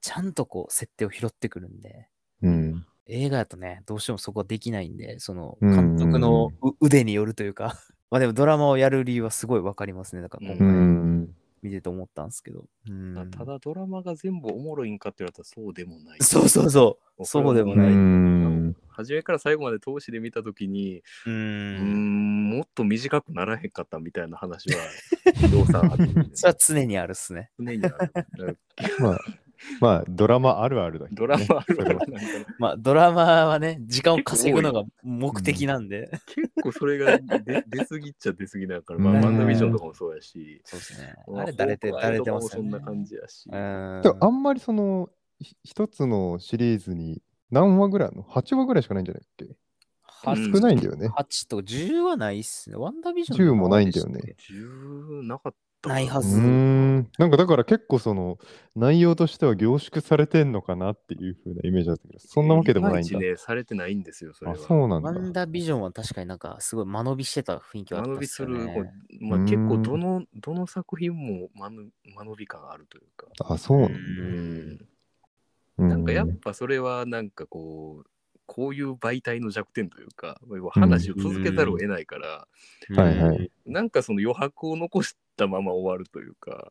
[SPEAKER 3] ちゃんとこう、設定を拾ってくるんで、
[SPEAKER 2] うん。
[SPEAKER 3] 映画やとね、どうしてもそこはできないんで、その、
[SPEAKER 2] うんうんうん
[SPEAKER 3] 監督のう腕によるというか、 まあでもドラマをやる理由はすごいわかりますね。だから今
[SPEAKER 2] う
[SPEAKER 3] 回
[SPEAKER 2] ん。
[SPEAKER 3] 見てて思ったんですけど。うん
[SPEAKER 4] まあただドラマが全部おもろいんかって言われたらそうでもない。
[SPEAKER 3] そうそうそう。そうでもな
[SPEAKER 2] う
[SPEAKER 3] い。
[SPEAKER 2] ん。
[SPEAKER 4] 初めから最後まで投資で見たときに、
[SPEAKER 3] う
[SPEAKER 4] うー
[SPEAKER 3] ん。
[SPEAKER 4] ん、もっと短くならへんかったみたいな話 は、量産ある、ね。
[SPEAKER 3] それは常にあるっすね。
[SPEAKER 4] 常にあるうん
[SPEAKER 2] まあ、まあ、ドラマあるあるだけ
[SPEAKER 4] ド
[SPEAKER 2] ど
[SPEAKER 4] ラ
[SPEAKER 2] ね、
[SPEAKER 4] マあるある
[SPEAKER 2] そ
[SPEAKER 4] なんか
[SPEAKER 3] まあ、ドラマはね、時間を稼ぐのが目的なんで。
[SPEAKER 4] 結構それが出出過ぎっちゃ出過ぎだから、ま
[SPEAKER 2] う
[SPEAKER 4] あ、
[SPEAKER 2] ん
[SPEAKER 4] マンダビジョンとかもそうやし、
[SPEAKER 3] そうですね。
[SPEAKER 4] ま
[SPEAKER 3] あれ、だれて、
[SPEAKER 4] ホークア
[SPEAKER 3] だ
[SPEAKER 4] イ
[SPEAKER 3] れ
[SPEAKER 4] と
[SPEAKER 3] て
[SPEAKER 4] か
[SPEAKER 3] ま
[SPEAKER 4] も
[SPEAKER 3] すよ
[SPEAKER 4] そん
[SPEAKER 3] ね
[SPEAKER 4] な。感じやし。
[SPEAKER 3] うん
[SPEAKER 2] れはでもあんまりその、ひ一つのシリーズに何話ぐらいあるの ?8 話ぐらいしかないんじゃないっけ
[SPEAKER 3] は
[SPEAKER 4] うん
[SPEAKER 2] 少ないんだよね。
[SPEAKER 3] 8とか10はないっすね。ワンダービジョン
[SPEAKER 2] 10もないんだよね
[SPEAKER 3] でしたっ
[SPEAKER 4] 10なかった
[SPEAKER 3] ないは
[SPEAKER 2] う
[SPEAKER 3] ず
[SPEAKER 2] ーん。なんかだから結構その、内容としては凝縮されてんのかなっていう風なイメージだったけど、そんなわけでもないんだ
[SPEAKER 4] ま。ちね、されてないんですよ、それ
[SPEAKER 2] あ、
[SPEAKER 4] は。
[SPEAKER 2] そうな
[SPEAKER 3] け。ワ
[SPEAKER 2] ん
[SPEAKER 3] ン
[SPEAKER 2] だ。
[SPEAKER 3] ダービジョンは確かになんかすごい間延びしてた雰囲気はあったっすよね。
[SPEAKER 4] 間延びするまあ、
[SPEAKER 2] うん
[SPEAKER 4] 結構どのどの作品も間ぬ間延び感あるというか、
[SPEAKER 2] あ、そうなんだ。
[SPEAKER 3] うん
[SPEAKER 2] う
[SPEAKER 4] なんかやっ
[SPEAKER 2] ん
[SPEAKER 4] ぱそれはなんかこうこういう媒体の弱点というか要は話を続けざるを得ないから、
[SPEAKER 2] はいはい。
[SPEAKER 4] なんかその余白を残したまま終わるというか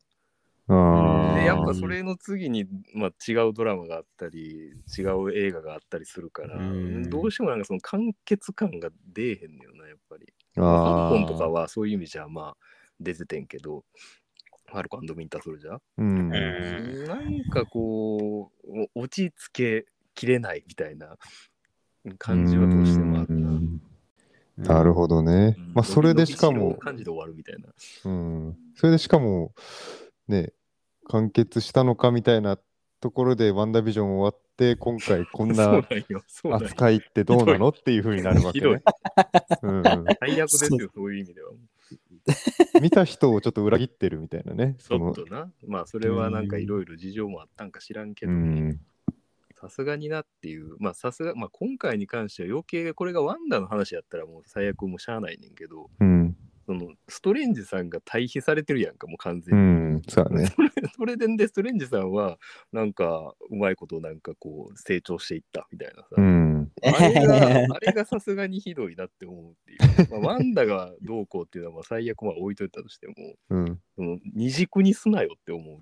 [SPEAKER 2] あ
[SPEAKER 4] で
[SPEAKER 2] ー
[SPEAKER 4] やっぱそれの次に、まあ、違うドラマがあったり違う映画があったりするから、
[SPEAKER 3] うん
[SPEAKER 4] どうしてもなんかその完結感が出えへんのよなやっぱり。
[SPEAKER 2] あ
[SPEAKER 4] ハ
[SPEAKER 2] ー
[SPEAKER 4] ルコンとかはそういう意味じゃまあ出ててんけど、ハルコンミンターソルジャー
[SPEAKER 2] うん。
[SPEAKER 3] うん
[SPEAKER 4] なんかこう、お落ち着けきれないみたいな感じはどうしてもあった。
[SPEAKER 2] う
[SPEAKER 4] うん
[SPEAKER 2] んなるほどね。まあ、それでしかも、
[SPEAKER 4] 感じで終わるみたいな。
[SPEAKER 2] うん、それでしかも、ね、完結したのかみたいなところで、ワンダービジョン終わって、今回こん
[SPEAKER 4] そう
[SPEAKER 2] な
[SPEAKER 4] なんよ。そうなんよ。
[SPEAKER 2] 扱いってどうなのっていうふうになるわけ
[SPEAKER 4] ひどい
[SPEAKER 2] ね。うん
[SPEAKER 4] 最悪ですよ、そういう意味では。
[SPEAKER 2] 見た人をちょっと裏切ってるみたいなね。
[SPEAKER 4] ち
[SPEAKER 2] そ
[SPEAKER 4] ょっ
[SPEAKER 2] の
[SPEAKER 4] とな。まあ、それはなんかいろいろ事情もあったんか知らんけ
[SPEAKER 2] う
[SPEAKER 4] ど、
[SPEAKER 2] ん、
[SPEAKER 4] さすがになっていう、まあさすが、まあ今回に関しては余計これがワンダの話やったらもう最悪もうしゃあないねんけど、
[SPEAKER 2] うん。
[SPEAKER 4] そのストレンジさんが対比されてるやんか、もう完
[SPEAKER 2] う
[SPEAKER 4] 全に。
[SPEAKER 2] ん。そうだね。
[SPEAKER 4] それでんで、ストレンジさんは、なんか、うまいことなんかこう、成長していったみたいなさ。
[SPEAKER 2] うん。
[SPEAKER 4] あれがあれがさすがにひどいなって思うっていう。まあ、ワンダがどうこうっていうのはまあ最悪まあ置いといたとしても、
[SPEAKER 2] うん。
[SPEAKER 4] その二軸にすなよって思う。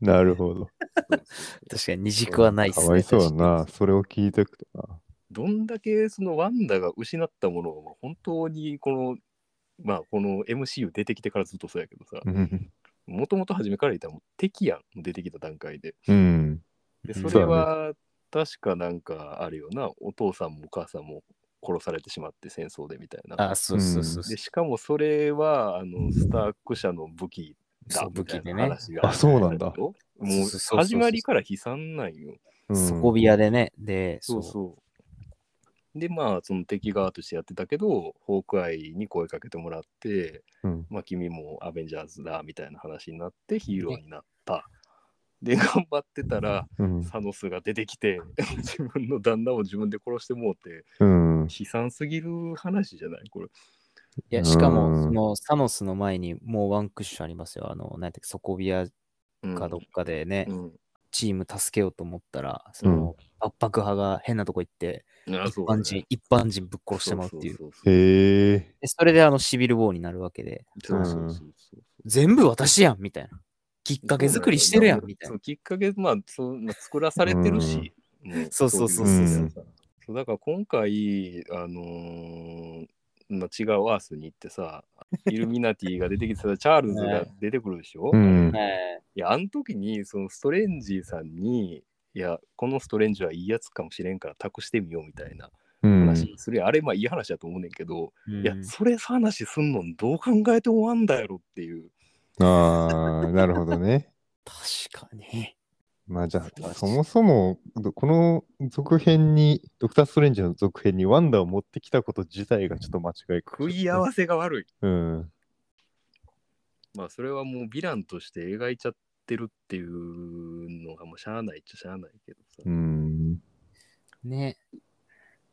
[SPEAKER 2] なるほど。
[SPEAKER 3] 確かに二軸はないっす
[SPEAKER 2] か
[SPEAKER 3] ね。
[SPEAKER 2] わいそうだ
[SPEAKER 3] 確かに
[SPEAKER 2] な。それを聞いてくとな。
[SPEAKER 4] どんだけそのワンダが失ったものをまあ本当にこの、まあこの MCU 出てきてからずっとそうやけどさ、
[SPEAKER 2] うん。
[SPEAKER 4] もともと初めから言ったらもう敵やん、出てきた段階で。
[SPEAKER 2] うん。
[SPEAKER 4] で
[SPEAKER 3] うん
[SPEAKER 4] それは確かなんかあるよな、お父さんもお母さんも殺されてしまって戦争でみたいな。
[SPEAKER 3] あ、そうそうそうそう
[SPEAKER 4] で。しかもそれはあのスターク社の武器
[SPEAKER 3] そ
[SPEAKER 4] だ
[SPEAKER 3] う
[SPEAKER 4] み
[SPEAKER 3] 武
[SPEAKER 4] たい
[SPEAKER 3] 器でね
[SPEAKER 4] な話が
[SPEAKER 2] あそうなんだ
[SPEAKER 4] あるよ
[SPEAKER 3] そう
[SPEAKER 4] も
[SPEAKER 3] そうそう
[SPEAKER 4] う
[SPEAKER 3] そう
[SPEAKER 4] 始まりから悲惨なんよ。
[SPEAKER 2] うん
[SPEAKER 3] 底部屋でね。で、
[SPEAKER 4] そうそう。でまあその敵側としてやってたけどホークアイに声かけてもらって、
[SPEAKER 2] うん
[SPEAKER 4] まあ君もアベンジャーズだみたいな話になってヒーローになった。で頑張ってたら
[SPEAKER 2] うん。
[SPEAKER 4] サノスが出てきて自分の旦那を自分で殺してもうて
[SPEAKER 2] うん。
[SPEAKER 4] 悲惨すぎる話じゃないこれ。
[SPEAKER 3] いや、しか
[SPEAKER 2] うん
[SPEAKER 3] も、その、サノスの前にもうワンクッションありますよ。あの、なんていうか、底部屋
[SPEAKER 4] うん
[SPEAKER 3] かどっかでね、
[SPEAKER 4] うん
[SPEAKER 3] チーム助けようと思ったら、その、圧迫派が変なとこ行って、
[SPEAKER 4] あ
[SPEAKER 3] 一
[SPEAKER 4] そうだね
[SPEAKER 3] 般人、一般人ぶっ殺してまうっていう。
[SPEAKER 4] そそそ
[SPEAKER 2] へえ。
[SPEAKER 3] でそれで、あの、シビルウォーになるわけで、
[SPEAKER 4] そうそうそうそう。
[SPEAKER 3] 全部私やんみたいな。きっかけ作りしてるやんみたい
[SPEAKER 4] そ
[SPEAKER 3] な
[SPEAKER 4] う。きっかけ、まあそう、まあ作らされてるし。も
[SPEAKER 3] そうそうそ
[SPEAKER 2] そ
[SPEAKER 3] う
[SPEAKER 2] う
[SPEAKER 4] いのさそうだから今回、あのーまあ、違うアースに行ってさ、イルミナティが出てきてさ、チャールズが出てくるでしょ、
[SPEAKER 2] う
[SPEAKER 4] い
[SPEAKER 2] ん。
[SPEAKER 3] はい
[SPEAKER 4] や、あの時に、そのストレンジさんに、いや、このストレンジはいいやつかもしれんから託してみようみたいな
[SPEAKER 2] うん。
[SPEAKER 4] 話するやん、あれ、まあいい話だと思うねんけど、
[SPEAKER 3] うん
[SPEAKER 4] いや、それ話すんのどう考えてもあんだやろっていう。
[SPEAKER 2] ああ、なるほどね。
[SPEAKER 3] 確かに。
[SPEAKER 2] まあじゃ
[SPEAKER 3] 素晴
[SPEAKER 2] あ、
[SPEAKER 3] らしい
[SPEAKER 2] そもそも、どこの続編に、ドクター・ストレンジの続編にワンダを持ってきたこと自体がちょっと間違いかも
[SPEAKER 4] 食
[SPEAKER 2] しれない
[SPEAKER 4] い合わせが悪い。
[SPEAKER 2] うん。
[SPEAKER 4] まあそれはもうヴィランとして描いちゃってるっていうのがもうしゃあないっちゃしゃあないけどさ。
[SPEAKER 2] うん。
[SPEAKER 3] ね。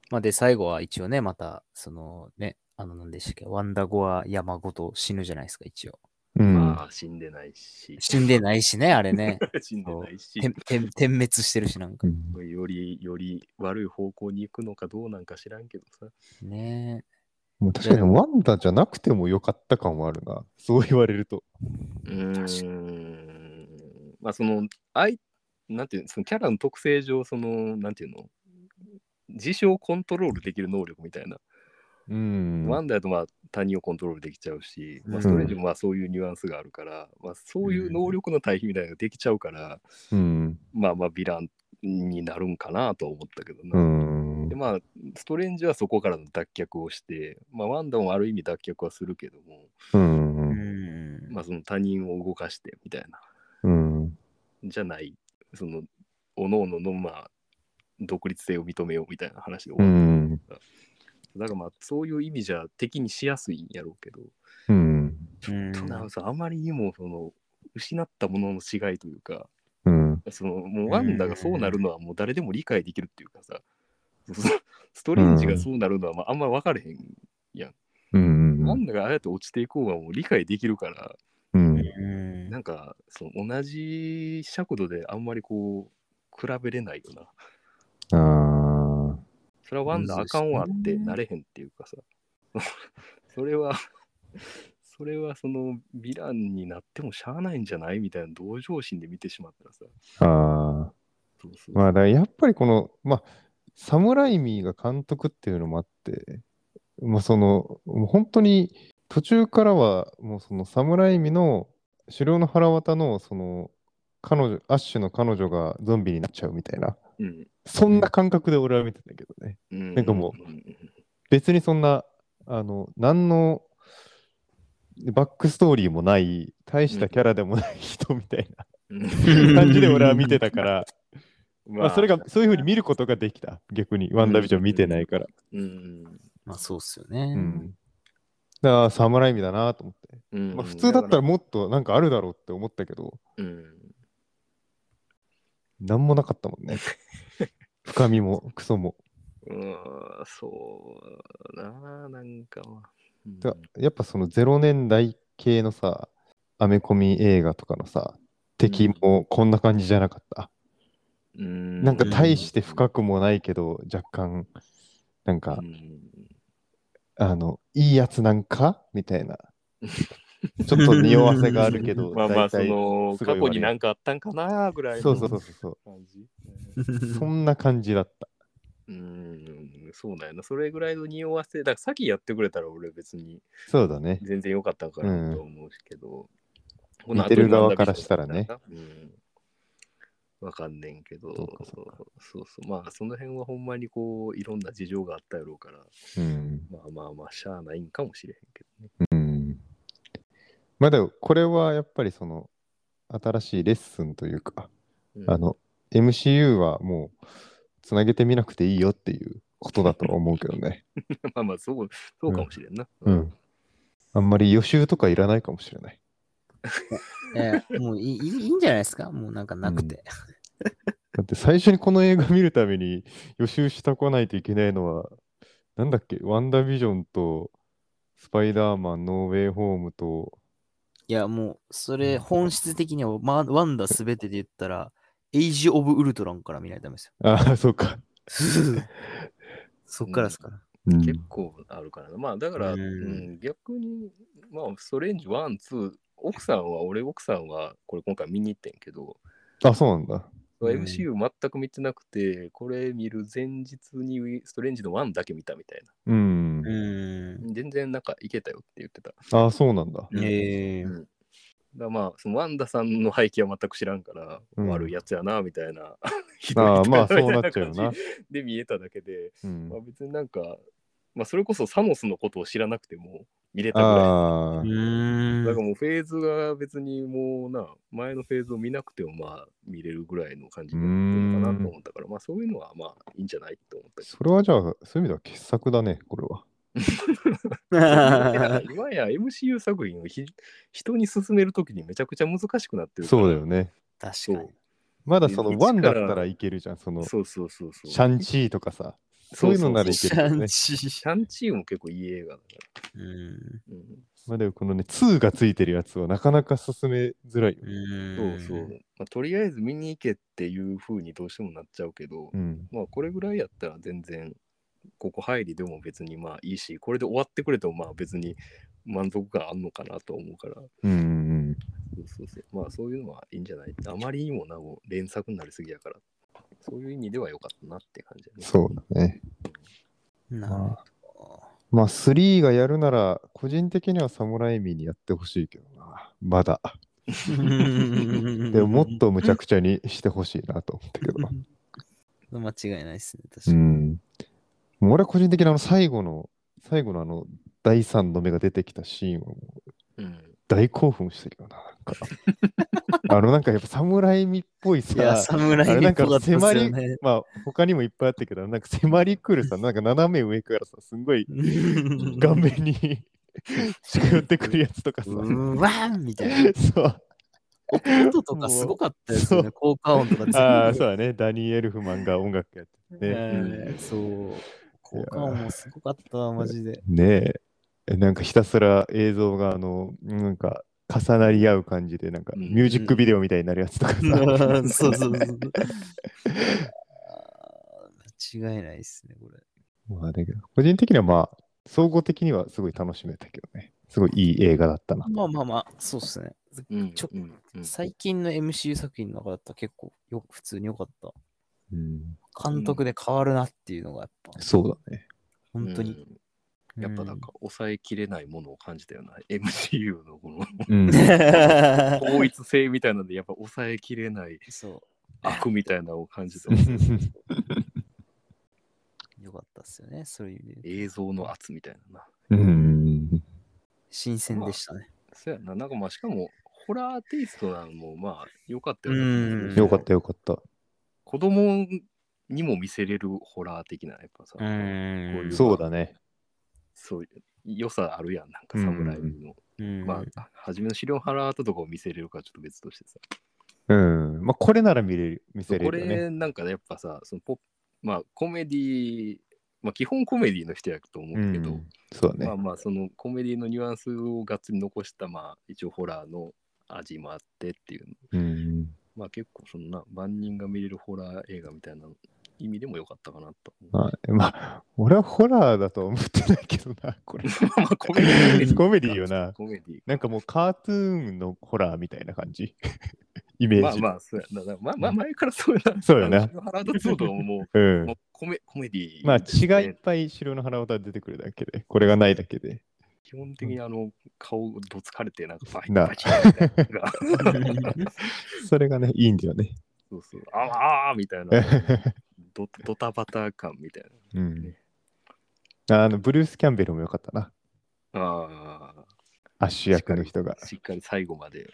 [SPEAKER 3] まあ、で、最後は一応ね、また、そのね、あの、なんでしたっけ、ワンダゴア山ごと死ぬじゃないですか、一応。
[SPEAKER 2] うん。
[SPEAKER 4] まあ死んでないし、
[SPEAKER 3] 死んでないしね、あれね。
[SPEAKER 4] 死んでないし、
[SPEAKER 3] てんてん点滅してるし、なんか。
[SPEAKER 2] うん
[SPEAKER 4] よりより悪い方向に行くのかどうなんか知らんけどさ。
[SPEAKER 3] ね
[SPEAKER 2] もう確かにワンダじゃなくてもよかった感はあるな。そう言われると。
[SPEAKER 4] うーん。まあその、あいなんていうの、そのキャラの特性上、その、なんていうの、事象をコントロールできる能力みたいな。
[SPEAKER 2] うん。
[SPEAKER 4] ワンダやとまあ他人をコントロールできちゃうし、
[SPEAKER 3] う
[SPEAKER 4] まあ、
[SPEAKER 3] ん
[SPEAKER 4] ストレージもまあそういうニュアンスがあるから、まあ、そういう能力の対比みたいなのができちゃうから、
[SPEAKER 2] うん。
[SPEAKER 4] まあまあヴィランになるんかなとは思ったけど
[SPEAKER 2] う
[SPEAKER 4] な。
[SPEAKER 2] ん
[SPEAKER 4] で。まあストレンジはそこからの脱却をして、まあ、ワンダもある意味脱却はするけども、
[SPEAKER 2] う。
[SPEAKER 3] うんん。
[SPEAKER 4] まあ、その他人を動かしてみたいな
[SPEAKER 2] うん。
[SPEAKER 4] じゃないそのおのののまあ独立性を認めようみたいな話で
[SPEAKER 2] う
[SPEAKER 4] 終わっ
[SPEAKER 2] ん。
[SPEAKER 4] ただからまあそういう意味じゃ敵にしやすいんやろうけど。
[SPEAKER 2] うん。
[SPEAKER 3] うん
[SPEAKER 4] となそうあまりにもその失ったものの違いというか
[SPEAKER 2] うん。
[SPEAKER 4] そのもうワンダがそうなるのはもう誰でも理解できるっていうかさ、 そのストレンジがそうなるのはまああんま分かれへん、
[SPEAKER 2] うん。
[SPEAKER 4] ワンダがああやって落ちていこうはもう理解できるから
[SPEAKER 2] うん。
[SPEAKER 3] うん
[SPEAKER 4] なんかその同じ尺度であんまりこう比べれないよな
[SPEAKER 2] ああ。
[SPEAKER 4] それはワンダあかんわってなれへんっていうかさ それはそれはそのヴィランになってもしゃあないんじゃないみたいな同情心で見てしまったらさ
[SPEAKER 2] ああ。
[SPEAKER 4] そうそう
[SPEAKER 2] まあ、だからやっぱりこの、まあ、サムライミーが監督っていうのもあって、まあ、その、もう本当に途中からは、もうそのサムライミの狩猟の腹渡の、その、彼女、アッシュの彼女がゾンビになっちゃうみたいな、
[SPEAKER 4] うん
[SPEAKER 2] そんな感覚で俺は見てたけどね。
[SPEAKER 4] なん
[SPEAKER 2] かも
[SPEAKER 4] うん、
[SPEAKER 2] 別にそんな、あの、何のバックストーリーもない、大したキャラでもない人みたいな
[SPEAKER 3] うん
[SPEAKER 2] 感じで俺は見てたから、
[SPEAKER 4] ま
[SPEAKER 2] まあ、それが、そういうふうに見ることができた、逆に、ワンダービジョン見てないから。
[SPEAKER 4] うん
[SPEAKER 3] まあ、そうっすよね。
[SPEAKER 2] うんだから侍味だなと思って、
[SPEAKER 4] うん
[SPEAKER 2] まあ、普通だったらもっとなんかあるだろうって思ったけど、
[SPEAKER 4] うん
[SPEAKER 2] なんもなかったもんね。深みもクソも。
[SPEAKER 4] うーん、そうだな、なんかまあ。うん
[SPEAKER 2] だやっぱその0年代系のさ、アメコミ映画とかのさ、敵もこんな感じじゃなかった。
[SPEAKER 4] うん
[SPEAKER 2] なんか大して深くもないけど、若干、なんか
[SPEAKER 4] う、ん
[SPEAKER 2] あの、いいやつなんかみたいな。ちょっと匂わせがあるけど、
[SPEAKER 4] まあま
[SPEAKER 2] 大
[SPEAKER 4] あ、そ
[SPEAKER 2] 体
[SPEAKER 4] の、
[SPEAKER 2] すご
[SPEAKER 4] 過
[SPEAKER 2] い
[SPEAKER 4] 去になんかあったんかな、ぐらい
[SPEAKER 2] そ
[SPEAKER 4] の
[SPEAKER 2] うそうそうそう。
[SPEAKER 4] 感じ。
[SPEAKER 2] そんな感じだった。
[SPEAKER 4] うん、そうなんやな。それぐらいの匂わせ、だから先やってくれたら俺別に
[SPEAKER 2] そうだね。
[SPEAKER 4] 全然良かったんかなと思うけど、この
[SPEAKER 2] 見てる側からしたらね
[SPEAKER 4] 後に学びそうだったな。うんわかんねんけど、
[SPEAKER 2] そうかそう
[SPEAKER 4] そうそうまあその辺はほんまにこういろんな事情があったやろうから、
[SPEAKER 2] うん。
[SPEAKER 4] まあまあまあしゃあないんかもしれへんけどね。
[SPEAKER 2] うん。まあでも、これはやっぱりその、新しいレッスンというか、
[SPEAKER 4] うん
[SPEAKER 2] あ、の、MCU はもう、つなげてみなくていいよっていうことだと思うけどね。
[SPEAKER 4] まあまあそう、そうかもしれんな。
[SPEAKER 2] う
[SPEAKER 4] うん
[SPEAKER 2] ん。あんまり予習とかいらないかもしれない。
[SPEAKER 3] ええもういいいいんじゃないですかもうなんかなくて。
[SPEAKER 2] だって最初にこの映画見るために 予習してこないといけないのは、なんだっけ、ワンダービジョンと、スパイダーマン、ノーウェイホームと、
[SPEAKER 3] いや、もう、それ、本質的には、ま、ワンダすべてで言ったら、エイジ・オブ・ウルトランから見ないとダメです
[SPEAKER 2] ああ、 そうか。
[SPEAKER 3] よ。そっからですから。
[SPEAKER 2] うん
[SPEAKER 4] 結構あるからな。まあだから、
[SPEAKER 3] うん
[SPEAKER 4] うん逆に、まあストレンジ1、2、奥さんは、俺奥さんはこれ今回見に行ってんけど、
[SPEAKER 2] あ、そうなんだ。
[SPEAKER 3] うん
[SPEAKER 4] MCU 全く見てなくて、これ見る前日にストレンジの1だけ見たみたいな。
[SPEAKER 2] うん。
[SPEAKER 3] うん。
[SPEAKER 4] 全然なんかいけたよって言ってた。
[SPEAKER 2] ああ、そうなんだ。
[SPEAKER 3] ええ
[SPEAKER 4] うんだからまあ、そのワンダさんの背景は全く知らんから、
[SPEAKER 2] うん
[SPEAKER 4] 悪いやつやな、みたいな。 ひどい
[SPEAKER 2] ああ、
[SPEAKER 4] 人
[SPEAKER 2] ま
[SPEAKER 4] や
[SPEAKER 2] あそうなっちゃうよ
[SPEAKER 4] みたい
[SPEAKER 2] な
[SPEAKER 4] 感。じで見えただけで、
[SPEAKER 2] うん
[SPEAKER 4] まあ、別になんか、まあ、それこそサノスのことを知らなくても見れたぐらい
[SPEAKER 2] ああ
[SPEAKER 3] う、ー ん。
[SPEAKER 4] だからもうフェーズが別にもうな、前のフェーズを見なくてもまあ見れるぐらいの感じになってるのかなと思ったから、まあそういうのはまあいいんじゃないと思ったけ
[SPEAKER 2] それはじゃあ、そういう意味では傑作だね、これは。
[SPEAKER 4] ど。 今や MCU 作品をひ人に勧めるときにめちゃくちゃ難しくなってるから。
[SPEAKER 2] そうだよね。
[SPEAKER 3] 確か
[SPEAKER 4] そ
[SPEAKER 3] に。
[SPEAKER 4] う。
[SPEAKER 2] まだその
[SPEAKER 4] いつ
[SPEAKER 2] ワンだっ
[SPEAKER 4] から
[SPEAKER 2] たらいけるじゃん、そのシ
[SPEAKER 4] そうそうそうそう。
[SPEAKER 2] ャンチーとかさ。そういうのならいけ
[SPEAKER 3] シ
[SPEAKER 2] る
[SPEAKER 3] ャ
[SPEAKER 2] よ
[SPEAKER 3] ン
[SPEAKER 2] ね。
[SPEAKER 3] チ
[SPEAKER 4] シャンチーも結構いい映画だか
[SPEAKER 3] ー。うん。
[SPEAKER 4] ら。
[SPEAKER 2] まあでもこのね、2がついてるやつはなかなか進めづらいよね。
[SPEAKER 4] う、
[SPEAKER 3] うんん。
[SPEAKER 4] そうそう。まあ、とりあえず見に行けっていう風にどうしてもなっちゃうけど、
[SPEAKER 2] うん。
[SPEAKER 4] まあこれぐらいやったら全然ここ入りでも別にまあいいしこれで終わってくれてもまあ別に満足感あんのかなと思うから
[SPEAKER 2] うんうん
[SPEAKER 4] そうそうそうまあそういうのはいいんじゃないあまりにもなもう連作になりすぎやからそういう意味では良かったなって感じだ
[SPEAKER 2] うん。
[SPEAKER 4] ね
[SPEAKER 2] そうだね。
[SPEAKER 3] なる
[SPEAKER 2] まあ、
[SPEAKER 3] ほ
[SPEAKER 2] まあ3がやるなら、個人的にはサムライミにやってほしいけどな。まだ。
[SPEAKER 3] ど。
[SPEAKER 2] でももっとむちゃくちゃにしてほしいなと思ったけ どな。
[SPEAKER 3] 間違いないですね、確か
[SPEAKER 2] う
[SPEAKER 3] に。
[SPEAKER 2] ん。もう俺は個人的にあの最後の、最後のあの、第三の目が出てきたシーンはもう
[SPEAKER 4] うん
[SPEAKER 2] 大興奮したけどな。なんかあのなんかやっぱ侍味っぽい
[SPEAKER 3] いや、
[SPEAKER 2] さ、あ
[SPEAKER 3] 侍
[SPEAKER 2] れな
[SPEAKER 3] に
[SPEAKER 2] んか
[SPEAKER 3] ぽかったですよね。
[SPEAKER 2] まあ他にもいっぱいあったけど、なんか迫り来るさ、なんか斜め上からさ、すんごい顔面に 近寄ってくるやつとかさ、
[SPEAKER 3] うわーんみたいな。
[SPEAKER 2] そう。
[SPEAKER 3] 音とかすごかったですよ
[SPEAKER 2] そ
[SPEAKER 3] ね。効果音とか 全部
[SPEAKER 2] ああ、そうだね。ダニー・エルフマンが音楽やっててね。
[SPEAKER 3] えーそう。効果音もすごかったわ、マジで。
[SPEAKER 2] ねえ、なんかひたすら映像があの、なんか重なり合う感じで、なんか
[SPEAKER 4] うん
[SPEAKER 2] ミュージックビデオみたいになるやつとかさ、
[SPEAKER 3] そう そうそう。間違いないですね、これ。
[SPEAKER 2] まあだけど、個人的にはまあ、総合的にはすごい楽しめたけどね、すごいいい映画だったな。
[SPEAKER 3] まあまあまあ、そうですね。
[SPEAKER 4] うん
[SPEAKER 3] ちょ
[SPEAKER 4] うんうん
[SPEAKER 3] 最近の MCU 作品の中だったら結構よ普通に良かった。
[SPEAKER 2] うん、
[SPEAKER 3] 監督で変わるなっていうのがやっぱ、
[SPEAKER 2] そうだね。
[SPEAKER 3] 本当に。
[SPEAKER 4] うんやっぱなんか抑えきれないものを感じ たような MCU のこの
[SPEAKER 2] うん、
[SPEAKER 3] う ん。
[SPEAKER 4] 統一性みたいなのでやっぱ抑えきれない
[SPEAKER 3] そ
[SPEAKER 4] 悪みたいなのを感じた
[SPEAKER 3] う。よかったですよね、そういう意味で言うと。
[SPEAKER 4] 映像の圧みたいなな
[SPEAKER 2] うん、
[SPEAKER 3] 新鮮でしたね。
[SPEAKER 4] そうやな、なんかまあしかも、ホラーテイストなのもまあ良かった
[SPEAKER 3] うん
[SPEAKER 2] よかった
[SPEAKER 4] よ。
[SPEAKER 2] よかった。
[SPEAKER 4] 子供にも見せれるホラー的な、やっぱさ、
[SPEAKER 3] ん
[SPEAKER 2] そうだね。
[SPEAKER 4] そういう良さあるやん、なんか侍の。
[SPEAKER 3] うん
[SPEAKER 4] まあ、初めの資料払ったとこを見せれるかちょっと別としてさ。
[SPEAKER 2] うん。まあ、これなら見れる、見せれ
[SPEAKER 4] こ
[SPEAKER 2] るよね。
[SPEAKER 4] れなんかねやっぱさそのポッまあコメディまあ基本コメディの人やと思
[SPEAKER 2] う
[SPEAKER 4] うけど、
[SPEAKER 2] ん。そうだ
[SPEAKER 4] まあ
[SPEAKER 2] ね。
[SPEAKER 4] まあそのコメディのニュアンスをがっつり残したまあ一応ホラーの味もあってっていう
[SPEAKER 2] うん。
[SPEAKER 4] まあ結構そんな万人が見れるホラー映画みたいな意味でも良かったかなと思う。
[SPEAKER 2] はいまあ、俺はホラーだとは思ってないけどな、 これ。
[SPEAKER 4] まあコメディ
[SPEAKER 2] コメディよな
[SPEAKER 4] コメディ。
[SPEAKER 2] なんかもうカートゥーンのホラーみたいな感じ。イメー
[SPEAKER 4] まあ
[SPEAKER 2] ジ。
[SPEAKER 4] まあそうやな。まあまあ前からそうやな。
[SPEAKER 2] そうやな
[SPEAKER 4] 原田通とかもも
[SPEAKER 2] う
[SPEAKER 4] う
[SPEAKER 2] ん
[SPEAKER 4] もう。コメコメディ、
[SPEAKER 2] まあ、血がいっ。ぱい白の腹渡出てくるだけで、これがないだけで。
[SPEAKER 4] 基本的にあの顔どつかれてなんかバイ
[SPEAKER 2] な
[SPEAKER 4] バチみたい なのが
[SPEAKER 2] それがね、いいんだよね。
[SPEAKER 4] そうそう。ああみたいな。ドドタバタ感みたい
[SPEAKER 2] うん。あの、ブルース・キャンベルもよかったな。
[SPEAKER 4] な。ああ。
[SPEAKER 2] あ主役の人が。
[SPEAKER 4] しっかり最後まで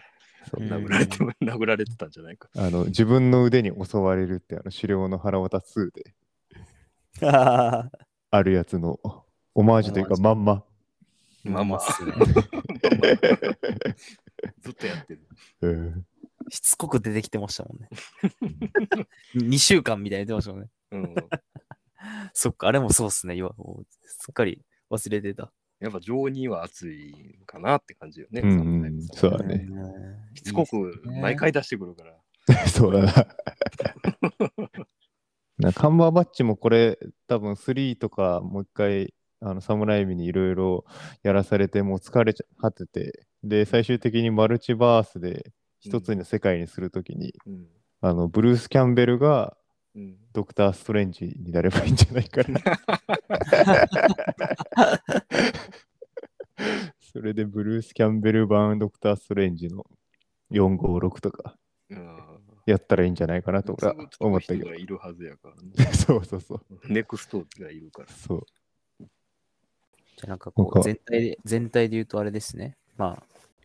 [SPEAKER 2] そう
[SPEAKER 4] 殴られて、殴られてたんじゃないか。
[SPEAKER 2] あの自分の腕に襲われるって、あの狩猟の腹渡すで
[SPEAKER 3] あ
[SPEAKER 2] あるやつのオマージュというか、
[SPEAKER 3] オ
[SPEAKER 2] まん ま。
[SPEAKER 3] ー
[SPEAKER 4] まあまあ
[SPEAKER 3] っすね
[SPEAKER 4] ずっとやってる。
[SPEAKER 2] うん
[SPEAKER 3] しつこく出てきてましたもんね。2週間みたいに出てましたもんね。
[SPEAKER 4] うん。
[SPEAKER 3] そっか、あれもそうっすね。いわもうすっかり忘れてた。
[SPEAKER 4] やっぱ情には熱いかなって感じよね。
[SPEAKER 2] うん
[SPEAKER 4] サムライズ
[SPEAKER 2] そうだね
[SPEAKER 3] うん
[SPEAKER 4] しつこく毎回出してくるから。
[SPEAKER 2] そうだな。 なカンバーバッチもこれ、多分3とか、もう一回、あの侍海にいろいろやらされて、もう疲れちゃ果てて、で、最終的にマルチバースで一つの世界にするときに、
[SPEAKER 4] うん。
[SPEAKER 2] あの、ブルース・キャンベルが
[SPEAKER 4] うん。
[SPEAKER 2] ドクター・ストレンジになればいいんじゃないか な。それでブルース・キャンベル版ドクター・ストレンジの456とか
[SPEAKER 4] うん
[SPEAKER 2] やったらいいんじゃないかなと俺は思ったけ
[SPEAKER 4] 人
[SPEAKER 2] ど
[SPEAKER 4] が。いるはずやからね。
[SPEAKER 2] そうそうそう。
[SPEAKER 4] ネクストがいるから。
[SPEAKER 2] そう
[SPEAKER 3] じゃあなんかこ
[SPEAKER 2] なん
[SPEAKER 3] う
[SPEAKER 2] か
[SPEAKER 3] 全体で、全体で言うとあれですね。まあ、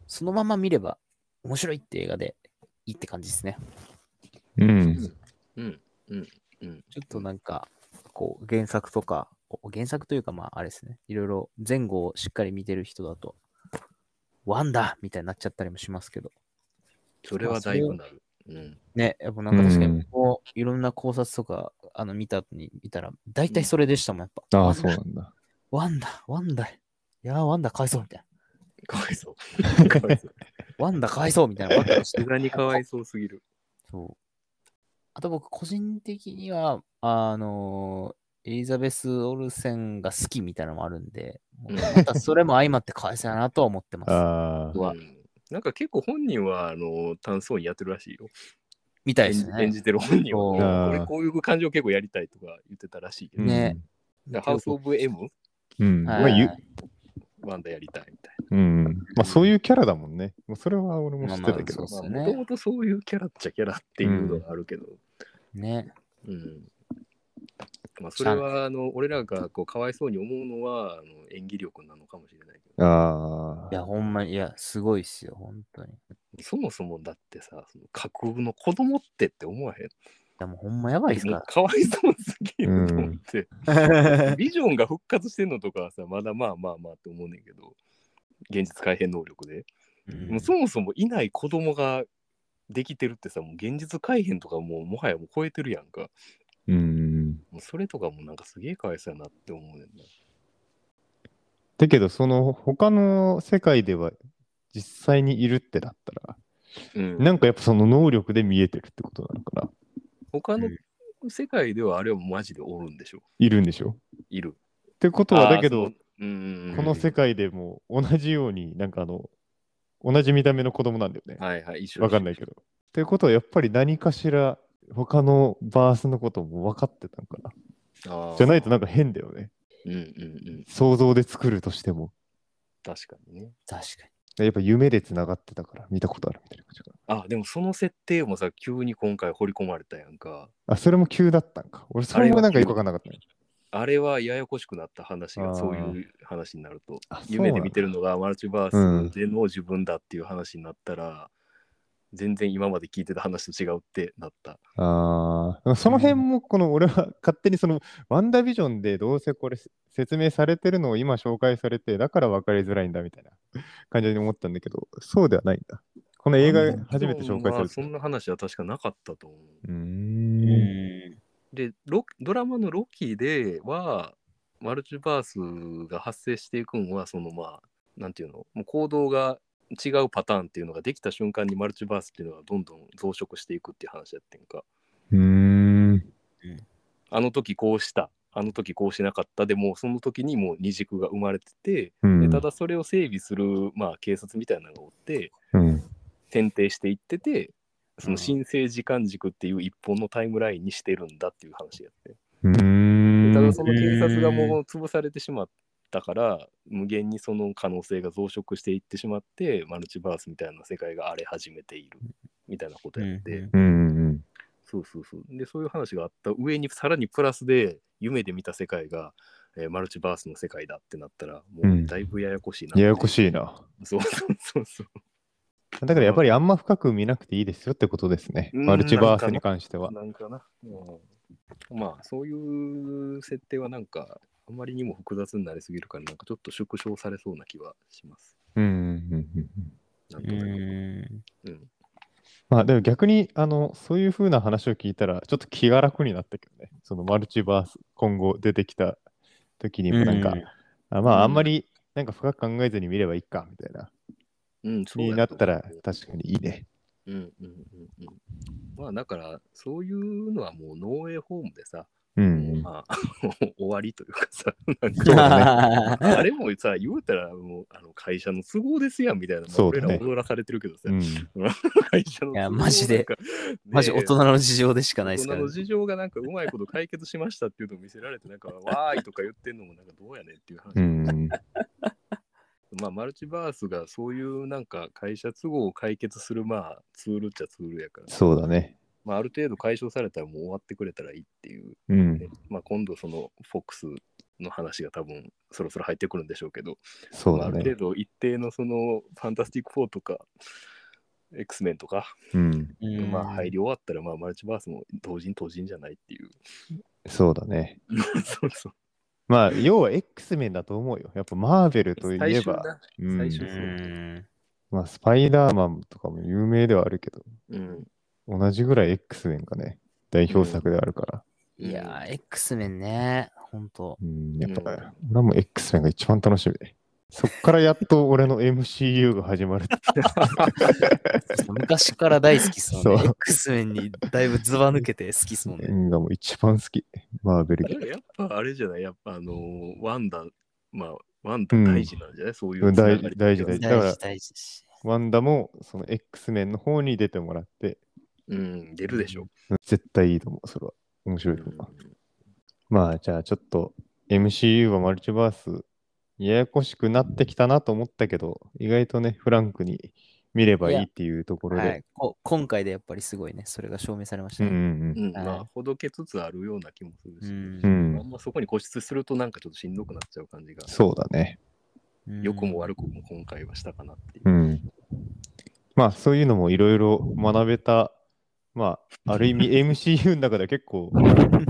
[SPEAKER 3] そのまま見れば面白いって映画でいいって感じですね。
[SPEAKER 2] うん。
[SPEAKER 4] うん。
[SPEAKER 3] ちょっとなんか、こう、原作とか、お原作というかまああれですね。いろいろ前後をしっかり見てる人だと、ワンダーみたいになっちゃったりもしますけど。
[SPEAKER 4] それはだいぶなる。うん。
[SPEAKER 3] ね、やっぱなんか確か
[SPEAKER 2] うん
[SPEAKER 3] にこう、いろんな考察とか、あの、見た後に見たら、大体それでしたもん、やっぱ。
[SPEAKER 2] ああ、そうなんだ。
[SPEAKER 3] ワンダ、ワンダ、いやー、ワンダかわいそうみたい
[SPEAKER 4] かわ いそう。かわいそう。
[SPEAKER 3] な。ワンダかわいそうみたいなばっかりでした
[SPEAKER 4] 無駄にかわいそうすぎる。
[SPEAKER 3] そう。あと僕、個人的には、あのーエリザベス・オルセンが好きみたいなのもあるんで、
[SPEAKER 4] うん
[SPEAKER 3] またそれも相まってかわいそうやなとは思ってま す。
[SPEAKER 2] ああ。
[SPEAKER 3] わ
[SPEAKER 4] うんなんか結構本人はあの炭素にやってるらしいよ。
[SPEAKER 3] みたい
[SPEAKER 4] 演
[SPEAKER 3] です
[SPEAKER 4] じ演
[SPEAKER 3] ね。
[SPEAKER 4] じてる本人は、
[SPEAKER 2] そう
[SPEAKER 4] 俺こういう感情結構やりたいとか言ってたらしいけど、
[SPEAKER 3] ね
[SPEAKER 4] だからハウス・オブ・ M
[SPEAKER 2] うん。うん。まあ、
[SPEAKER 3] はい
[SPEAKER 2] ゆ
[SPEAKER 4] ワンダやりたいみたい
[SPEAKER 2] うん。まあ、そういうキャラだもんね。もうそれは俺も知ってたけ
[SPEAKER 3] そ
[SPEAKER 2] ど
[SPEAKER 3] うっ。す
[SPEAKER 4] な。
[SPEAKER 3] よね
[SPEAKER 4] もともとそういうキャラっちゃキャラっていうのがあるけど、
[SPEAKER 3] ね。
[SPEAKER 4] うんまあ、それはあの俺らがこうかわいそうに思うのはあの演技力なのかもしれないけど、
[SPEAKER 2] あ
[SPEAKER 3] いや、
[SPEAKER 2] あ。
[SPEAKER 3] ほんまに、いや、すごいっすよ、本当に。い
[SPEAKER 4] そもそもだってさ、その架空の子供ってって思わへん。
[SPEAKER 3] や、もうほんまやばいっす
[SPEAKER 4] も
[SPEAKER 3] か
[SPEAKER 4] うかわいそうすぎると思って。
[SPEAKER 3] ら。
[SPEAKER 4] ビジョンが復活してんのとかはさ、まだまあまあまあって思うねんけど、現実改変能力で。
[SPEAKER 3] うん
[SPEAKER 4] もうそもそもいない子供ができてるってさ、もう現実改変とかもうもはやもう超えてるやんか。
[SPEAKER 2] うん。
[SPEAKER 4] もうそれとかもなんかすげえかわいそうやなって思うねんな。
[SPEAKER 2] だけど、その、他の世界では実際にいるってだったら、
[SPEAKER 4] うん、
[SPEAKER 2] なんかやっぱその能力で見えてるってことなのかな。
[SPEAKER 4] 他の
[SPEAKER 3] うん
[SPEAKER 4] 世界ではあれはマジでおるんでしょ
[SPEAKER 2] いるんでしょ
[SPEAKER 4] いる。
[SPEAKER 2] ってことは、
[SPEAKER 4] あー
[SPEAKER 2] だけど、、
[SPEAKER 4] そのうん、
[SPEAKER 2] この世界でも同じように、なんかあの、同じ見た目の子供なんだよね。
[SPEAKER 4] はいはい、一緒
[SPEAKER 2] わかんないけど。ってことはやっぱり何かしら他のバースのことも分かってたんかな。
[SPEAKER 4] ど
[SPEAKER 2] じゃないと。なんか変だよね。
[SPEAKER 4] うんうんうん、
[SPEAKER 2] 想像で作るとしても。
[SPEAKER 4] 確かにね。
[SPEAKER 3] 確か
[SPEAKER 2] やっぱ夢でつながってたから見たことあるみたいな感じか
[SPEAKER 4] あ、でもその設定もさ、急に今回掘り込まれたやんか。
[SPEAKER 2] な。あ、それも急だったんか。俺それもなんかよくわかんなかったね。
[SPEAKER 4] あれはややこしくなった話
[SPEAKER 2] あー
[SPEAKER 4] がそういう話になると
[SPEAKER 2] あそうなんだ
[SPEAKER 4] 夢で見てるのがマルチバースでの自分だっていう話になったら、全然今まで聞いてた話と違うってなった。
[SPEAKER 2] ああ、その辺もこの俺は勝手にそのワンダービジョンでどうせこれ説明されてるのを今 紹介されてだから分かりづらいんだみたいな感じに思ったんだけど、そうではないんだ。ここの映
[SPEAKER 4] あ
[SPEAKER 2] 画
[SPEAKER 4] の
[SPEAKER 2] 初めて紹介され
[SPEAKER 4] そん
[SPEAKER 2] て
[SPEAKER 4] な話は確かなかったと思う。
[SPEAKER 2] た。うー。
[SPEAKER 3] うんん。
[SPEAKER 4] でロドラマの「ロキ」ではマルチバースが発生していくのはそのまあなんていうのもう行動が違うパターンっていうのができた瞬間にマルチバースっていうのがどんどん増殖していくっていう話やってんか
[SPEAKER 2] うーん。
[SPEAKER 4] あの時こうしたあの時こうしなかったでもうその時にもう二軸が生まれてて
[SPEAKER 2] うん
[SPEAKER 4] でただそれを整備する、まあ、警察みたいなのがおって
[SPEAKER 2] うん。
[SPEAKER 4] 選定していっててその
[SPEAKER 3] うん
[SPEAKER 4] 新生時間軸っていう一本のタイムラインにしてるんだっていう話やって。
[SPEAKER 2] うーん。
[SPEAKER 4] ただその警察がもう潰されてしまったから、無限にその可能性が増殖していってしまって、マルチバースみたいな世界が荒れ始めているみたいなことやって、
[SPEAKER 3] うん
[SPEAKER 2] うんうんうん。
[SPEAKER 4] そうそうそう。で、そういう話があった上に、さらにプラスで、夢で見た世界が、えーマルチバースの世界だってなったら、
[SPEAKER 2] う
[SPEAKER 4] もうんだいぶややこしいな、
[SPEAKER 2] ややこ
[SPEAKER 4] い。
[SPEAKER 2] しいな。
[SPEAKER 4] そうそうそうそう。
[SPEAKER 2] だからやっぱりあんま深く見なくていいですよってことですね。
[SPEAKER 4] うん
[SPEAKER 2] マルチバースに関しては。
[SPEAKER 4] なんかな、うんまあそういう設定はなんかあまりにも複雑になりすぎるからなんかちょっと縮小されそうな気はします。
[SPEAKER 2] うんうんうんうん。
[SPEAKER 4] なんとなく
[SPEAKER 3] うん。
[SPEAKER 4] うん
[SPEAKER 2] まあでも逆に、あの、そういう風な話を聞いたら、ちょっと気が楽になったけどね。そのマルチバース、今後出てきた時にもなんか、あま
[SPEAKER 4] うん
[SPEAKER 2] ああんまりなんか深く考えずに見ればいいかみたいな。
[SPEAKER 4] うん、そう
[SPEAKER 2] に
[SPEAKER 4] や
[SPEAKER 2] なっ
[SPEAKER 4] と思う
[SPEAKER 2] たら確かにいいね。
[SPEAKER 4] うんうんうんうん。まあだから、そういうのはもうノーエイホームでさ、
[SPEAKER 2] う。
[SPEAKER 4] もうんまあ 終わりというかさ、なんか
[SPEAKER 2] そうだね。
[SPEAKER 4] あれもさ、言うたらもうあの会社の都合ですやんみたいな、まあ
[SPEAKER 2] そう
[SPEAKER 4] 俺
[SPEAKER 2] だね
[SPEAKER 4] ら踊らされてるけどさ、
[SPEAKER 2] うん。
[SPEAKER 4] 会社の都合
[SPEAKER 3] いやマジで
[SPEAKER 4] なんか、
[SPEAKER 3] マジ大人の事情でしかない
[SPEAKER 4] 大
[SPEAKER 3] です
[SPEAKER 4] 人
[SPEAKER 3] から、
[SPEAKER 4] の
[SPEAKER 3] ね。
[SPEAKER 4] 事情がなんかうまいこと解決しましたっていうのを見せられて、なんか、わーいとか言ってんのもなんかどうやねんっていう話。
[SPEAKER 2] うん。
[SPEAKER 4] まあ、マルチバースがそういうなんか会社都合を解決するまあツールっちゃツールやから、
[SPEAKER 2] そうだね。
[SPEAKER 4] まあ、ある程度解消されたらもう終わってくれたらいいっていう、
[SPEAKER 2] うん
[SPEAKER 4] ね。まあ、今度その FOX の話が多分そろそろ入ってくるんでしょうけど、
[SPEAKER 2] そう
[SPEAKER 4] まあ、あ
[SPEAKER 2] だ
[SPEAKER 4] る
[SPEAKER 2] ね
[SPEAKER 4] 程。度一定のそのファンタスティック4とか X メンとか、
[SPEAKER 2] うん。
[SPEAKER 3] うん
[SPEAKER 4] まあ、入り終わったらまあマルチバースも同人同人じゃないっていう
[SPEAKER 2] そうだね。
[SPEAKER 4] そうそう
[SPEAKER 2] まあ、要は X メンだと思うよ。やっぱマーベルといえ
[SPEAKER 4] 最終
[SPEAKER 2] ば、
[SPEAKER 4] な
[SPEAKER 2] うん
[SPEAKER 4] 最終
[SPEAKER 3] う
[SPEAKER 4] そう
[SPEAKER 3] ーん。
[SPEAKER 2] まあ、スパイダーマンとかも有名ではあるけど、
[SPEAKER 4] うん
[SPEAKER 2] 同じぐらい X メンがね、代表作であるから。
[SPEAKER 3] いやー、X メンね。ほん と。
[SPEAKER 2] うん、やっぱ、
[SPEAKER 4] うん
[SPEAKER 2] 俺はもう X メンが一番楽しみで。そっからやっと俺の MCU が始まる。
[SPEAKER 3] 昔から大好きっすもん
[SPEAKER 2] そ
[SPEAKER 3] ね。
[SPEAKER 2] う
[SPEAKER 3] X メンにだいぶずば抜けて好きっすもんね。
[SPEAKER 2] がもう一番好き。マーベ
[SPEAKER 4] だから
[SPEAKER 2] ル。
[SPEAKER 4] やっぱあれじゃないやっぱあのーワンダまあワンダ大事なんじゃない、そういう
[SPEAKER 2] うん大事
[SPEAKER 4] つながり
[SPEAKER 2] 大事大
[SPEAKER 3] 大
[SPEAKER 2] 事だから
[SPEAKER 3] 事大事だし。
[SPEAKER 2] ワンダもその X メンの方に出てもらって、
[SPEAKER 4] うん出るでしょ、
[SPEAKER 2] うん絶対いいと思う。それは。面白いと思う。
[SPEAKER 4] うん
[SPEAKER 2] まあじゃあちょっと MCU はマルチバースややこしくなってきたなと思ったけど意外とねフランクに見ればいいっていうところ
[SPEAKER 3] は
[SPEAKER 2] で
[SPEAKER 3] い、こ今回でやっぱりすごいね、それが証明されまし
[SPEAKER 2] う
[SPEAKER 3] た
[SPEAKER 2] ん
[SPEAKER 3] ね。
[SPEAKER 2] うん
[SPEAKER 4] うん、
[SPEAKER 3] はい
[SPEAKER 4] まあ、ほどけつつあるような気もする
[SPEAKER 3] う
[SPEAKER 4] し、
[SPEAKER 3] ん
[SPEAKER 2] うん
[SPEAKER 4] あんまそこに固執するとなんかちょっとしんどくなっちゃう感じが、
[SPEAKER 2] そうだね
[SPEAKER 3] うん
[SPEAKER 4] 良くも悪くも今回はしたかなっていう
[SPEAKER 2] う。んまあそういうのもいろいろ学べたまあある意味 MCU の中では結構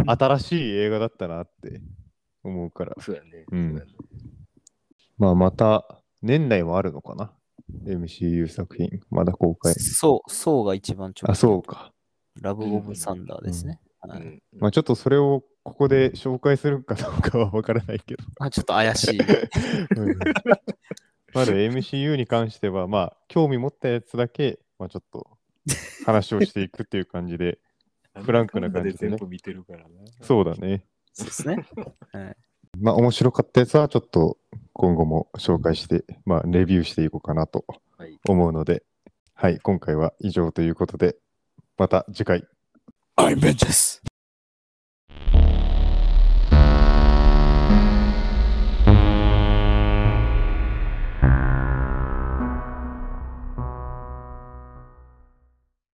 [SPEAKER 2] 新しい映画だったなって思うから
[SPEAKER 4] そうやね。
[SPEAKER 2] うん
[SPEAKER 4] そうやね
[SPEAKER 2] まあまた年内もあるのかな MCU 作品まだ公開
[SPEAKER 3] そう、そうが一番直
[SPEAKER 2] あそうか
[SPEAKER 3] ラブ・オブ・サンダーですね。はい
[SPEAKER 4] うん
[SPEAKER 2] まあちょっとそれをここで紹介するかどうかは分からないけど。
[SPEAKER 3] あちょっと怪しい。
[SPEAKER 2] まだ MCU に関しては、まあ興味持ったやつだけ、まあちょっと話をしていくっていう感じで、フランクな感じですね
[SPEAKER 4] なんだかんだ全部見てるからな。
[SPEAKER 2] そうだね。
[SPEAKER 3] そうです ね。
[SPEAKER 2] まあ面白かったやつはちょっと今後も紹介して、まあレビューしていこうかなと
[SPEAKER 4] はい。
[SPEAKER 2] 思うので、はい、今回は以上ということで、また次回。
[SPEAKER 3] アイベンジェス